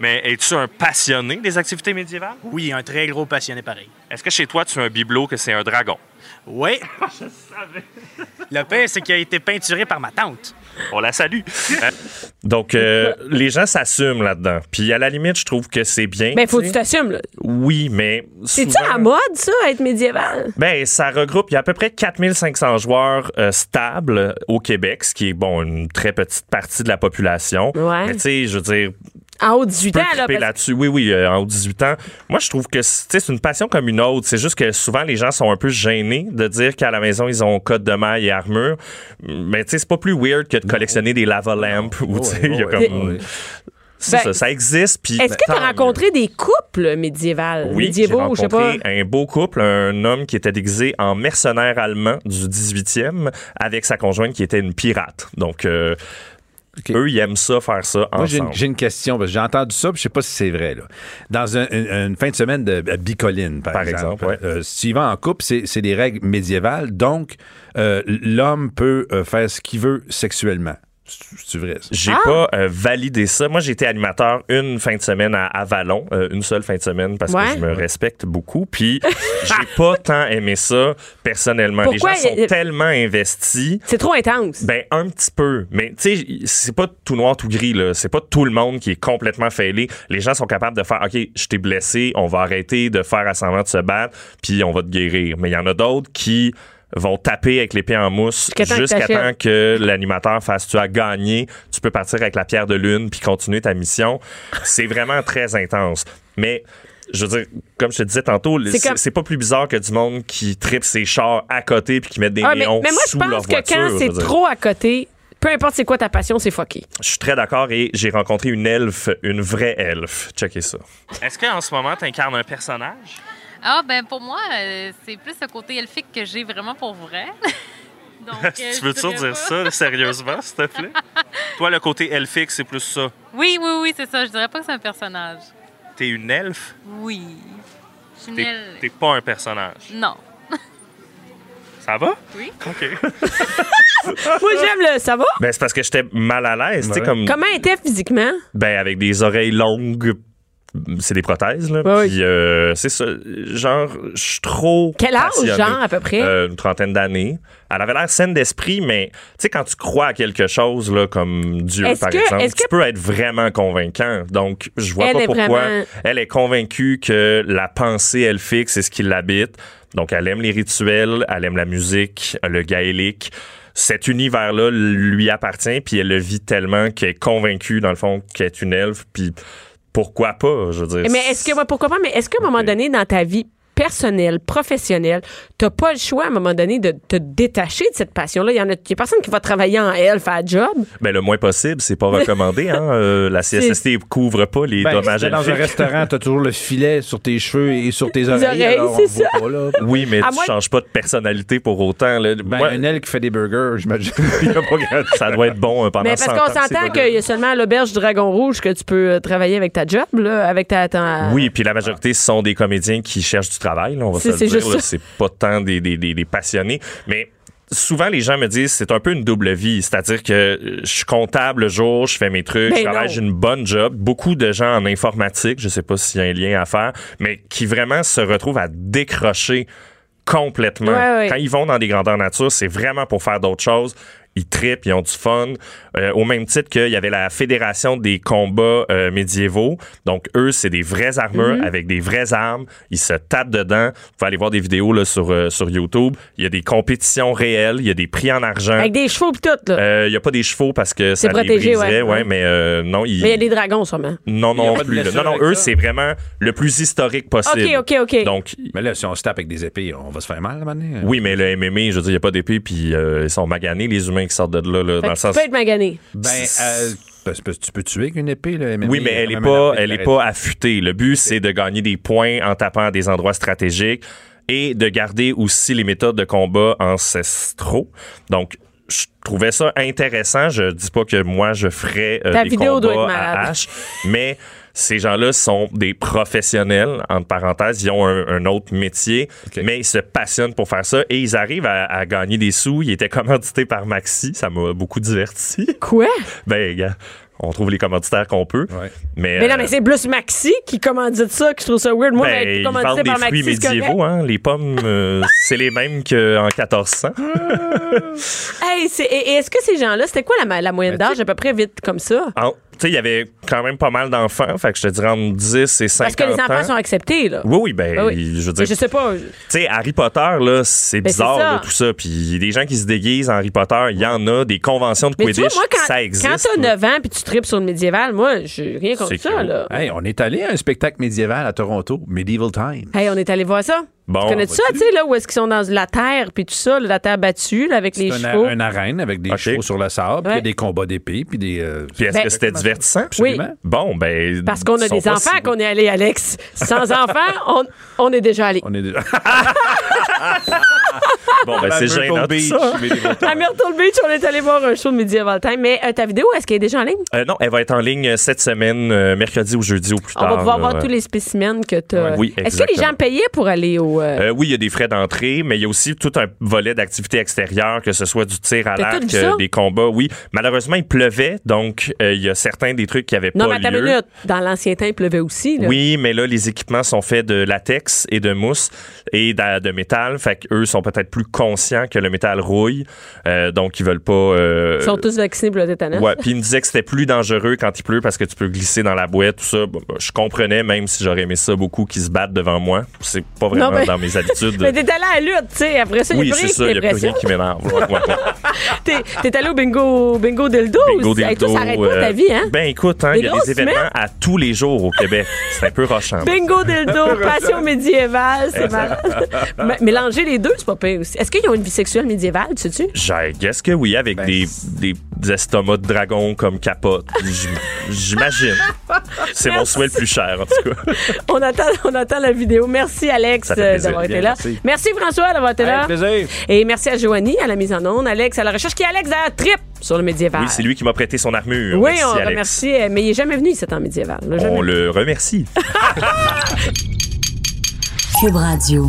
Speaker 7: Mais es-tu un passionné des activités médiévales?
Speaker 8: Oui, un très gros passionné pareil.
Speaker 7: Est-ce que chez toi, tu as un bibelot que c'est un dragon?
Speaker 8: Oui. je savais. le pain, c'est qu'il a été peinturé par ma tante.
Speaker 7: On la salue. Euh,
Speaker 6: Donc, euh, les gens s'assument là-dedans. Puis, à la limite, je trouve que c'est bien.
Speaker 3: Mais faut que
Speaker 6: tu
Speaker 3: tu
Speaker 6: sais.
Speaker 3: t'assumes, là.
Speaker 6: Oui, mais.
Speaker 3: Ben, C'est-tu
Speaker 6: souvent-
Speaker 3: à mode, ça, être médiéval?
Speaker 6: Ben, ça regroupe, il y a à peu près 4500 joueurs euh, stables au Québec, ce qui est, bon, une très petite partie de la population.
Speaker 3: Ouais.
Speaker 6: Mais tu sais, je veux dire,
Speaker 3: En haut de 18 ans,
Speaker 6: peut
Speaker 3: là.
Speaker 6: triper
Speaker 3: parce-
Speaker 6: là-dessus. Oui, oui, euh, en haut de 18 ans. Moi, je trouve que c'est tu sais, c'est une passion comme une autre. C'est juste que souvent, les gens sont un peu gênés de dire qu'à la maison, ils ont code de maille et armure. Mais tu sais, c'est pas plus weird que de collectionner des lava lamps ou tu sais, il y a
Speaker 5: Ouais, ouais,
Speaker 6: comme...
Speaker 5: ouais.
Speaker 6: C'est
Speaker 3: Ben,
Speaker 6: ça, ça existe. puis-
Speaker 3: Est-ce que tu
Speaker 6: tant
Speaker 3: as
Speaker 6: mieux.
Speaker 3: rencontré des couples médiévals?
Speaker 6: Oui, j'ai
Speaker 3: médiévaux, je sais pas.
Speaker 6: rencontré un beau couple, un homme qui était déguisé en mercenaire allemand du 18e avec sa conjointe qui était une pirate. Donc, euh,
Speaker 5: Ok.
Speaker 6: eux, ils aiment ça, faire ça
Speaker 5: Moi, j'ai une,
Speaker 6: ensemble.
Speaker 5: j'ai une question, parce que j'ai entendu ça, puis je sais pas si c'est vrai. Là. Dans un- une, une fin de semaine de à bicoline, par,
Speaker 6: Par exemple, ouais.
Speaker 5: euh, si tu vas en couple, c'est c'est des règles médiévales, donc euh, l'homme peut euh, faire ce qu'il veut sexuellement. C'est c'est vrai, ça?
Speaker 3: Ah!
Speaker 6: J'ai pas euh, validé ça. Moi, j'ai été animateur une fin de semaine à Avalon, euh, une seule fin de semaine parce
Speaker 3: Ouais.
Speaker 6: que je me respecte beaucoup. Puis, j'ai pas tant aimé ça personnellement.
Speaker 3: Pourquoi
Speaker 6: Les gens sont
Speaker 3: il-
Speaker 6: tellement investis.
Speaker 3: C'est trop intense.
Speaker 6: Ben, un petit peu. Mais, tu sais, c'est pas tout noir, tout gris, là. C'est pas tout le monde qui est complètement fêlé. Les gens sont capables de faire, OK, je t'ai blessé, on va arrêter de faire à semblant de se battre, puis on va te guérir. Mais il y en a d'autres qui vont taper avec l'épée en mousse
Speaker 3: Jusqu'à temps que
Speaker 6: jusqu'à
Speaker 3: t'achèves.
Speaker 6: temps que l'animateur fasse tu as gagné, tu peux partir avec la pierre de lune puis continuer ta mission. C'est vraiment très intense. Mais je veux dire, comme je te disais tantôt,
Speaker 3: C'est
Speaker 6: c'est
Speaker 3: comme-
Speaker 6: c'est pas plus bizarre que du monde qui tripe ses chars à côté puis qui mettent des
Speaker 3: Ah, mais,
Speaker 6: néons
Speaker 3: mais moi, je
Speaker 6: sous leur
Speaker 3: pense que
Speaker 6: voiture.
Speaker 3: quand
Speaker 6: je
Speaker 3: c'est
Speaker 6: veux dire.
Speaker 3: trop à côté, peu importe c'est quoi ta passion, c'est fucké.
Speaker 6: Je suis très d'accord et j'ai rencontré une elfe, une vraie elfe. Checkez ça.
Speaker 7: Est-ce qu'en ce moment, tu incarnes un personnage?
Speaker 10: Ah, ben pour moi, euh, c'est plus le côté elfique que j'ai vraiment pour vrai.
Speaker 7: je
Speaker 10: tu
Speaker 7: peux-tu
Speaker 10: dirais
Speaker 7: dire
Speaker 10: pas.
Speaker 7: ça, là, sérieusement, s'il te plaît? Toi, le côté elfique, c'est plus ça.
Speaker 10: Oui, oui, oui, c'est ça. Je dirais pas que c'est un personnage.
Speaker 7: T'es une elfe?
Speaker 10: Oui. Je suis une
Speaker 7: T'es
Speaker 10: elfe.
Speaker 7: t'es pas un personnage.
Speaker 10: Non.
Speaker 7: Ça va?
Speaker 10: Oui.
Speaker 7: OK.
Speaker 3: Moi, j'aime le. Ça va?
Speaker 6: Ben, c'est parce que j'étais mal à l'aise, tu sais, comme.
Speaker 3: Comment était physiquement?
Speaker 6: Ben, avec des oreilles longues. C'est des prothèses, là.
Speaker 3: Ouais,
Speaker 6: Puis, euh, c'est ça. Genre, je suis trop.
Speaker 3: Quel âge,
Speaker 6: passionné.
Speaker 3: genre, à peu près?
Speaker 6: Euh, une trentaine d'années. Elle avait l'air saine d'esprit, mais, tu sais, quand tu crois à quelque chose, là, comme Dieu,
Speaker 3: Est-ce
Speaker 6: par
Speaker 3: que-
Speaker 6: exemple,
Speaker 3: est-ce
Speaker 6: tu
Speaker 3: que-
Speaker 6: peux être vraiment convaincant. Donc, je vois
Speaker 3: Elle
Speaker 6: pas
Speaker 3: est
Speaker 6: pourquoi.
Speaker 3: vraiment-
Speaker 6: Elle est convaincue que la pensée elfique, c'est ce qui l'habite. Donc, elle aime les rituels, elle aime la musique, le gaélique. Cet univers-là lui appartient, puis elle le vit tellement qu'elle est convaincue, dans le fond, qu'elle est une elfe, puis pourquoi pas, je veux dire.
Speaker 3: Mais est-ce que, ouais, pourquoi pas, mais est-ce qu'à un moment donné, dans ta vie personnelle, professionnelle, t'as pas le choix, à un moment donné, de te détacher de cette passion-là? Il y en a, il y a personne qui va travailler en elfe à job.
Speaker 6: Ben, le moins possible, c'est pas recommandé, hein. euh, la CSST couvre pas les
Speaker 5: Ben,
Speaker 6: dommages
Speaker 5: si t'es dans un
Speaker 6: elfiques.
Speaker 5: restaurant, t'as toujours le filet sur tes cheveux et sur tes oreilles.
Speaker 3: oreilles,
Speaker 5: alors on
Speaker 3: c'est
Speaker 5: voit
Speaker 3: ça.
Speaker 5: pas, là.
Speaker 6: Oui, mais
Speaker 3: À
Speaker 6: tu
Speaker 3: moins-
Speaker 6: changes pas de personnalité pour autant. Là.
Speaker 5: Ben,
Speaker 6: Moi,
Speaker 5: un aile qui fait des burgers, j'imagine.
Speaker 6: ça doit être bon euh, pendant
Speaker 3: Mais parce
Speaker 6: 100
Speaker 3: qu'on
Speaker 6: ans, c'est
Speaker 3: s'entend
Speaker 6: pas
Speaker 3: qu'il y a seulement à l'auberge du Dragon Rouge que tu peux euh, travailler avec ta job, là, avec ta. ta-
Speaker 6: Oui, puis la majorité, ce sont des comédiens qui cherchent du travail, là, on va se
Speaker 3: Euh, C'est-
Speaker 6: le
Speaker 3: c'est
Speaker 6: dire.
Speaker 3: juste ça.
Speaker 6: là. C'est pas tant des, des, des, des passionnés, mais... Souvent, les gens me disent c'est un peu une double vie, c'est-à-dire que euh, je suis comptable le jour, je fais mes trucs,
Speaker 3: Ben
Speaker 6: je travaille,
Speaker 3: non.
Speaker 6: j'ai une bonne job. Beaucoup de gens en informatique, je sais pas s'il y a un lien à faire, mais qui vraiment se retrouvent à décrocher complètement.
Speaker 3: Ouais, ouais.
Speaker 6: Quand ils vont dans des grandeurs nature, c'est vraiment pour faire d'autres choses. Ils tripent, ils ont du fun. Euh, au même titre qu'il y avait la Fédération des combats euh, médiévaux. Donc, eux, c'est des vraies armures
Speaker 3: Mhm.
Speaker 6: avec des vraies armes. Ils se tapent dedans. Vous pouvez aller voir des vidéos là, sur, euh, sur YouTube. Il y a des compétitions réelles. Il y a des prix en argent.
Speaker 3: Avec des chevaux pis tout, là.
Speaker 6: hein. Euh, il n'y a pas des chevaux parce que ça
Speaker 3: protégé,
Speaker 6: les briserait.
Speaker 3: ouais.
Speaker 6: ouais, mais euh, non, ils...
Speaker 3: mais il y a des dragons, sûrement.
Speaker 6: Non,
Speaker 5: Il y a
Speaker 6: non,
Speaker 5: pas de
Speaker 6: plus. là.
Speaker 5: blessure
Speaker 6: Non, non,
Speaker 5: avec
Speaker 6: eux,
Speaker 5: ça.
Speaker 6: c'est vraiment le plus historique possible.
Speaker 3: OK, OK, OK.
Speaker 6: Donc,
Speaker 5: Mais là, si on se tape avec des épées, on va se faire mal, à un moment
Speaker 3: euh,
Speaker 5: donné. hein?
Speaker 6: oui, mais le MMA, je veux dire, il n'y a pas d'épée, puis euh, ils sont maganés, les humains qui sortent de là,
Speaker 3: Fait
Speaker 6: là, dans
Speaker 3: que
Speaker 6: le
Speaker 3: tu
Speaker 6: sens.
Speaker 3: peux être magané.
Speaker 5: Ben, euh, parce que tu peux tuer avec une épée, là.
Speaker 6: Oui, mais elle est pas, elle est pas affûtée. Le but, c'est de gagner des points en tapant à des endroits stratégiques et de garder aussi les méthodes de combat ancestraux. Donc, je trouvais ça intéressant. Je dis pas que moi, je ferais euh,
Speaker 3: Ta
Speaker 6: des
Speaker 3: vidéo doit
Speaker 6: combats
Speaker 3: être
Speaker 6: à
Speaker 3: malade.
Speaker 6: hache, mais ces gens-là sont des professionnels, entre parenthèses. Ils ont un, un autre métier,
Speaker 5: Ok.
Speaker 6: mais ils se passionnent pour faire ça et ils arrivent à, à gagner des sous. Ils étaient commandités par Maxi. Ça m'a beaucoup diverti.
Speaker 3: Quoi?
Speaker 6: Ben, gars, on trouve les commanditaires qu'on peut.
Speaker 5: Ouais.
Speaker 6: Mais,
Speaker 3: Mais non,
Speaker 6: euh,
Speaker 3: mais c'est plus Maxi qui commandite ça, que je trouve ça weird. Moi,
Speaker 6: ben,
Speaker 3: j'ai été
Speaker 6: ils
Speaker 3: commandité
Speaker 6: vendent des
Speaker 3: par Maxi,
Speaker 6: fruits
Speaker 3: c'est correct.
Speaker 6: médiévaux, hein. Les pommes, euh, c'est les mêmes qu'en 1400.
Speaker 3: Ah.
Speaker 6: hein.
Speaker 3: Hey, c'est- et, et est-ce que ces gens-là, c'était quoi la, ma- la
Speaker 6: Ben,
Speaker 3: moyenne d'âge à peu près vite comme ça?
Speaker 6: En- Tu sais, il y avait quand même pas mal d'enfants. Fait que je te dirais entre 10 et 50
Speaker 3: Parce que les enfants
Speaker 6: ans.
Speaker 3: sont acceptés, là.
Speaker 6: Oui, oui, ben,
Speaker 3: Ah oui.
Speaker 6: je veux
Speaker 3: Mais
Speaker 6: dire,
Speaker 3: Je sais pas.
Speaker 6: tu sais, Harry Potter, là, c'est
Speaker 3: Ben, c'est
Speaker 6: bizarre,
Speaker 3: ça.
Speaker 6: là, tout ça. Puis il y a des gens qui se déguisent en Harry Potter, il y en a, des conventions de
Speaker 3: Mais tu vois,
Speaker 6: Quidditch,
Speaker 3: moi, quand,
Speaker 6: ça existe.
Speaker 3: quand t'as
Speaker 6: là.
Speaker 3: 9 ans puis tu tripes sur le médiéval, moi, j'ai rien contre
Speaker 6: C'est Hein?
Speaker 3: ça,
Speaker 6: cool.
Speaker 3: là.
Speaker 5: Hey, on est allé à un spectacle médiéval à Toronto, Medieval Time.
Speaker 3: Hey, on est allé voir ça.
Speaker 6: Bon,
Speaker 3: tu connais ça, tu sais, là, où est-ce qu'ils sont dans la terre, puis tout ça, là, la terre battue, là, avec les
Speaker 5: C'est
Speaker 3: chevaux.
Speaker 5: un- une arène avec des
Speaker 6: Ok.
Speaker 5: chevaux sur le sable, puis il y
Speaker 3: Ouais.
Speaker 5: a des combats d'épées, puis des. euh,
Speaker 6: Puis est-ce
Speaker 3: Ben,
Speaker 6: que c'était divertissant?
Speaker 3: Oui.
Speaker 5: absolument.
Speaker 6: Bon, ben.
Speaker 3: Parce qu'on
Speaker 6: ils
Speaker 3: a
Speaker 6: sont
Speaker 3: des
Speaker 6: pas
Speaker 3: enfants
Speaker 6: si-
Speaker 3: qu'on est allé, Alex. Sans enfants, on, on est déjà allé.
Speaker 5: On est déjà.
Speaker 6: Bon, ben, c'est
Speaker 5: Myrtle
Speaker 6: gênant, tout
Speaker 5: Beach,
Speaker 6: ça.
Speaker 5: Medieval Time.
Speaker 3: À Myrtle Beach, on est allé voir un show de Medieval Time. Mais euh, ta vidéo, est-ce qu'elle est déjà en ligne?
Speaker 6: Euh, non, elle va être en ligne euh, cette semaine, euh, mercredi ou jeudi au plus
Speaker 3: On
Speaker 6: tard.
Speaker 3: va pouvoir
Speaker 6: là.
Speaker 3: voir tous les spécimens que tu as.
Speaker 6: Oui,
Speaker 3: est-ce que les
Speaker 6: exactement.
Speaker 3: gens payaient pour aller au. euh,
Speaker 6: Euh, oui, il y a des frais d'entrée, mais il y a aussi tout un volet d'activités extérieures, que ce soit du tir à
Speaker 3: T'as tout
Speaker 6: l'arc,
Speaker 3: vu ça?
Speaker 6: euh, des combats. Oui, malheureusement, il pleuvait, donc euh, il y a certains des trucs qui avaient
Speaker 3: Non,
Speaker 6: pas
Speaker 3: mais attends
Speaker 6: lieu.
Speaker 3: une minute. Dans l'ancien temps, il pleuvait aussi. Là.
Speaker 6: Oui, mais là, les équipements sont faits de latex et de mousse et de, de métal. Fait qu'eux sont peut-être plus conscients que le métal rouille. Euh, donc, ils veulent pas. euh,
Speaker 3: Ils sont tous vaccinés pour le tétanos.
Speaker 6: Ouais, puis il me disait que c'était plus dangereux quand il pleut parce que tu peux glisser dans la boîte, tout ça. Bon, ben, je comprenais, même si j'aurais aimé ça beaucoup, qu'ils se battent devant moi. C'est pas vraiment
Speaker 3: mais-
Speaker 6: dans mes habitudes.
Speaker 3: Mais t'es allé à la lutte, tu sais. Après ça, il
Speaker 6: oui,
Speaker 3: n'y a plus
Speaker 6: c'est
Speaker 3: rien qui
Speaker 6: ça, il n'y a plus rien
Speaker 3: t'impressionne.
Speaker 6: qui m'énerve. Ouais, ouais, ouais.
Speaker 3: T'es t'es allé au bingo, bingo dildo.
Speaker 6: Bingo,
Speaker 3: aussi. Hey,
Speaker 6: dildo,
Speaker 3: toi, ça arrête pas
Speaker 6: euh,
Speaker 3: ta vie, hein?
Speaker 6: Ben écoute, hein,
Speaker 3: Des
Speaker 6: il y a
Speaker 3: grosses
Speaker 6: des événements
Speaker 3: semaines.
Speaker 6: à tous les jours au Québec. C'est un peu rochant.
Speaker 3: Bingo dildo, passion médiévale, c'est malade. Mais, Mélanger les deux, c'est pas pire aussi. Est-ce qu'ils ont une vie sexuelle médiévale, tu sais-tu?
Speaker 6: Je guess que oui, avec des, des, des estomacs de dragon comme capote. J'im- J'imagine. C'est mon souhait le plus cher, en tout cas.
Speaker 3: On attend, on attend la vidéo. Merci, Alex,
Speaker 6: Ça fait
Speaker 3: euh,
Speaker 6: plaisir.
Speaker 3: d'avoir été
Speaker 6: Bien,
Speaker 3: là. Merci,
Speaker 6: merci.
Speaker 3: François, d'avoir été là.
Speaker 6: Avec plaisir.
Speaker 3: Et merci à Joanie, à la mise en onde, Alex, à la recherche, qui est Alex à la trip sur le médiéval.
Speaker 6: Oui, c'est lui qui m'a prêté son armure.
Speaker 3: Oui,
Speaker 6: Merci,
Speaker 3: on
Speaker 6: Alex.
Speaker 3: remercie, euh, mais il est jamais venu, cet en médiéval. là, jamais.
Speaker 6: On le remercie.
Speaker 1: Cube Radio.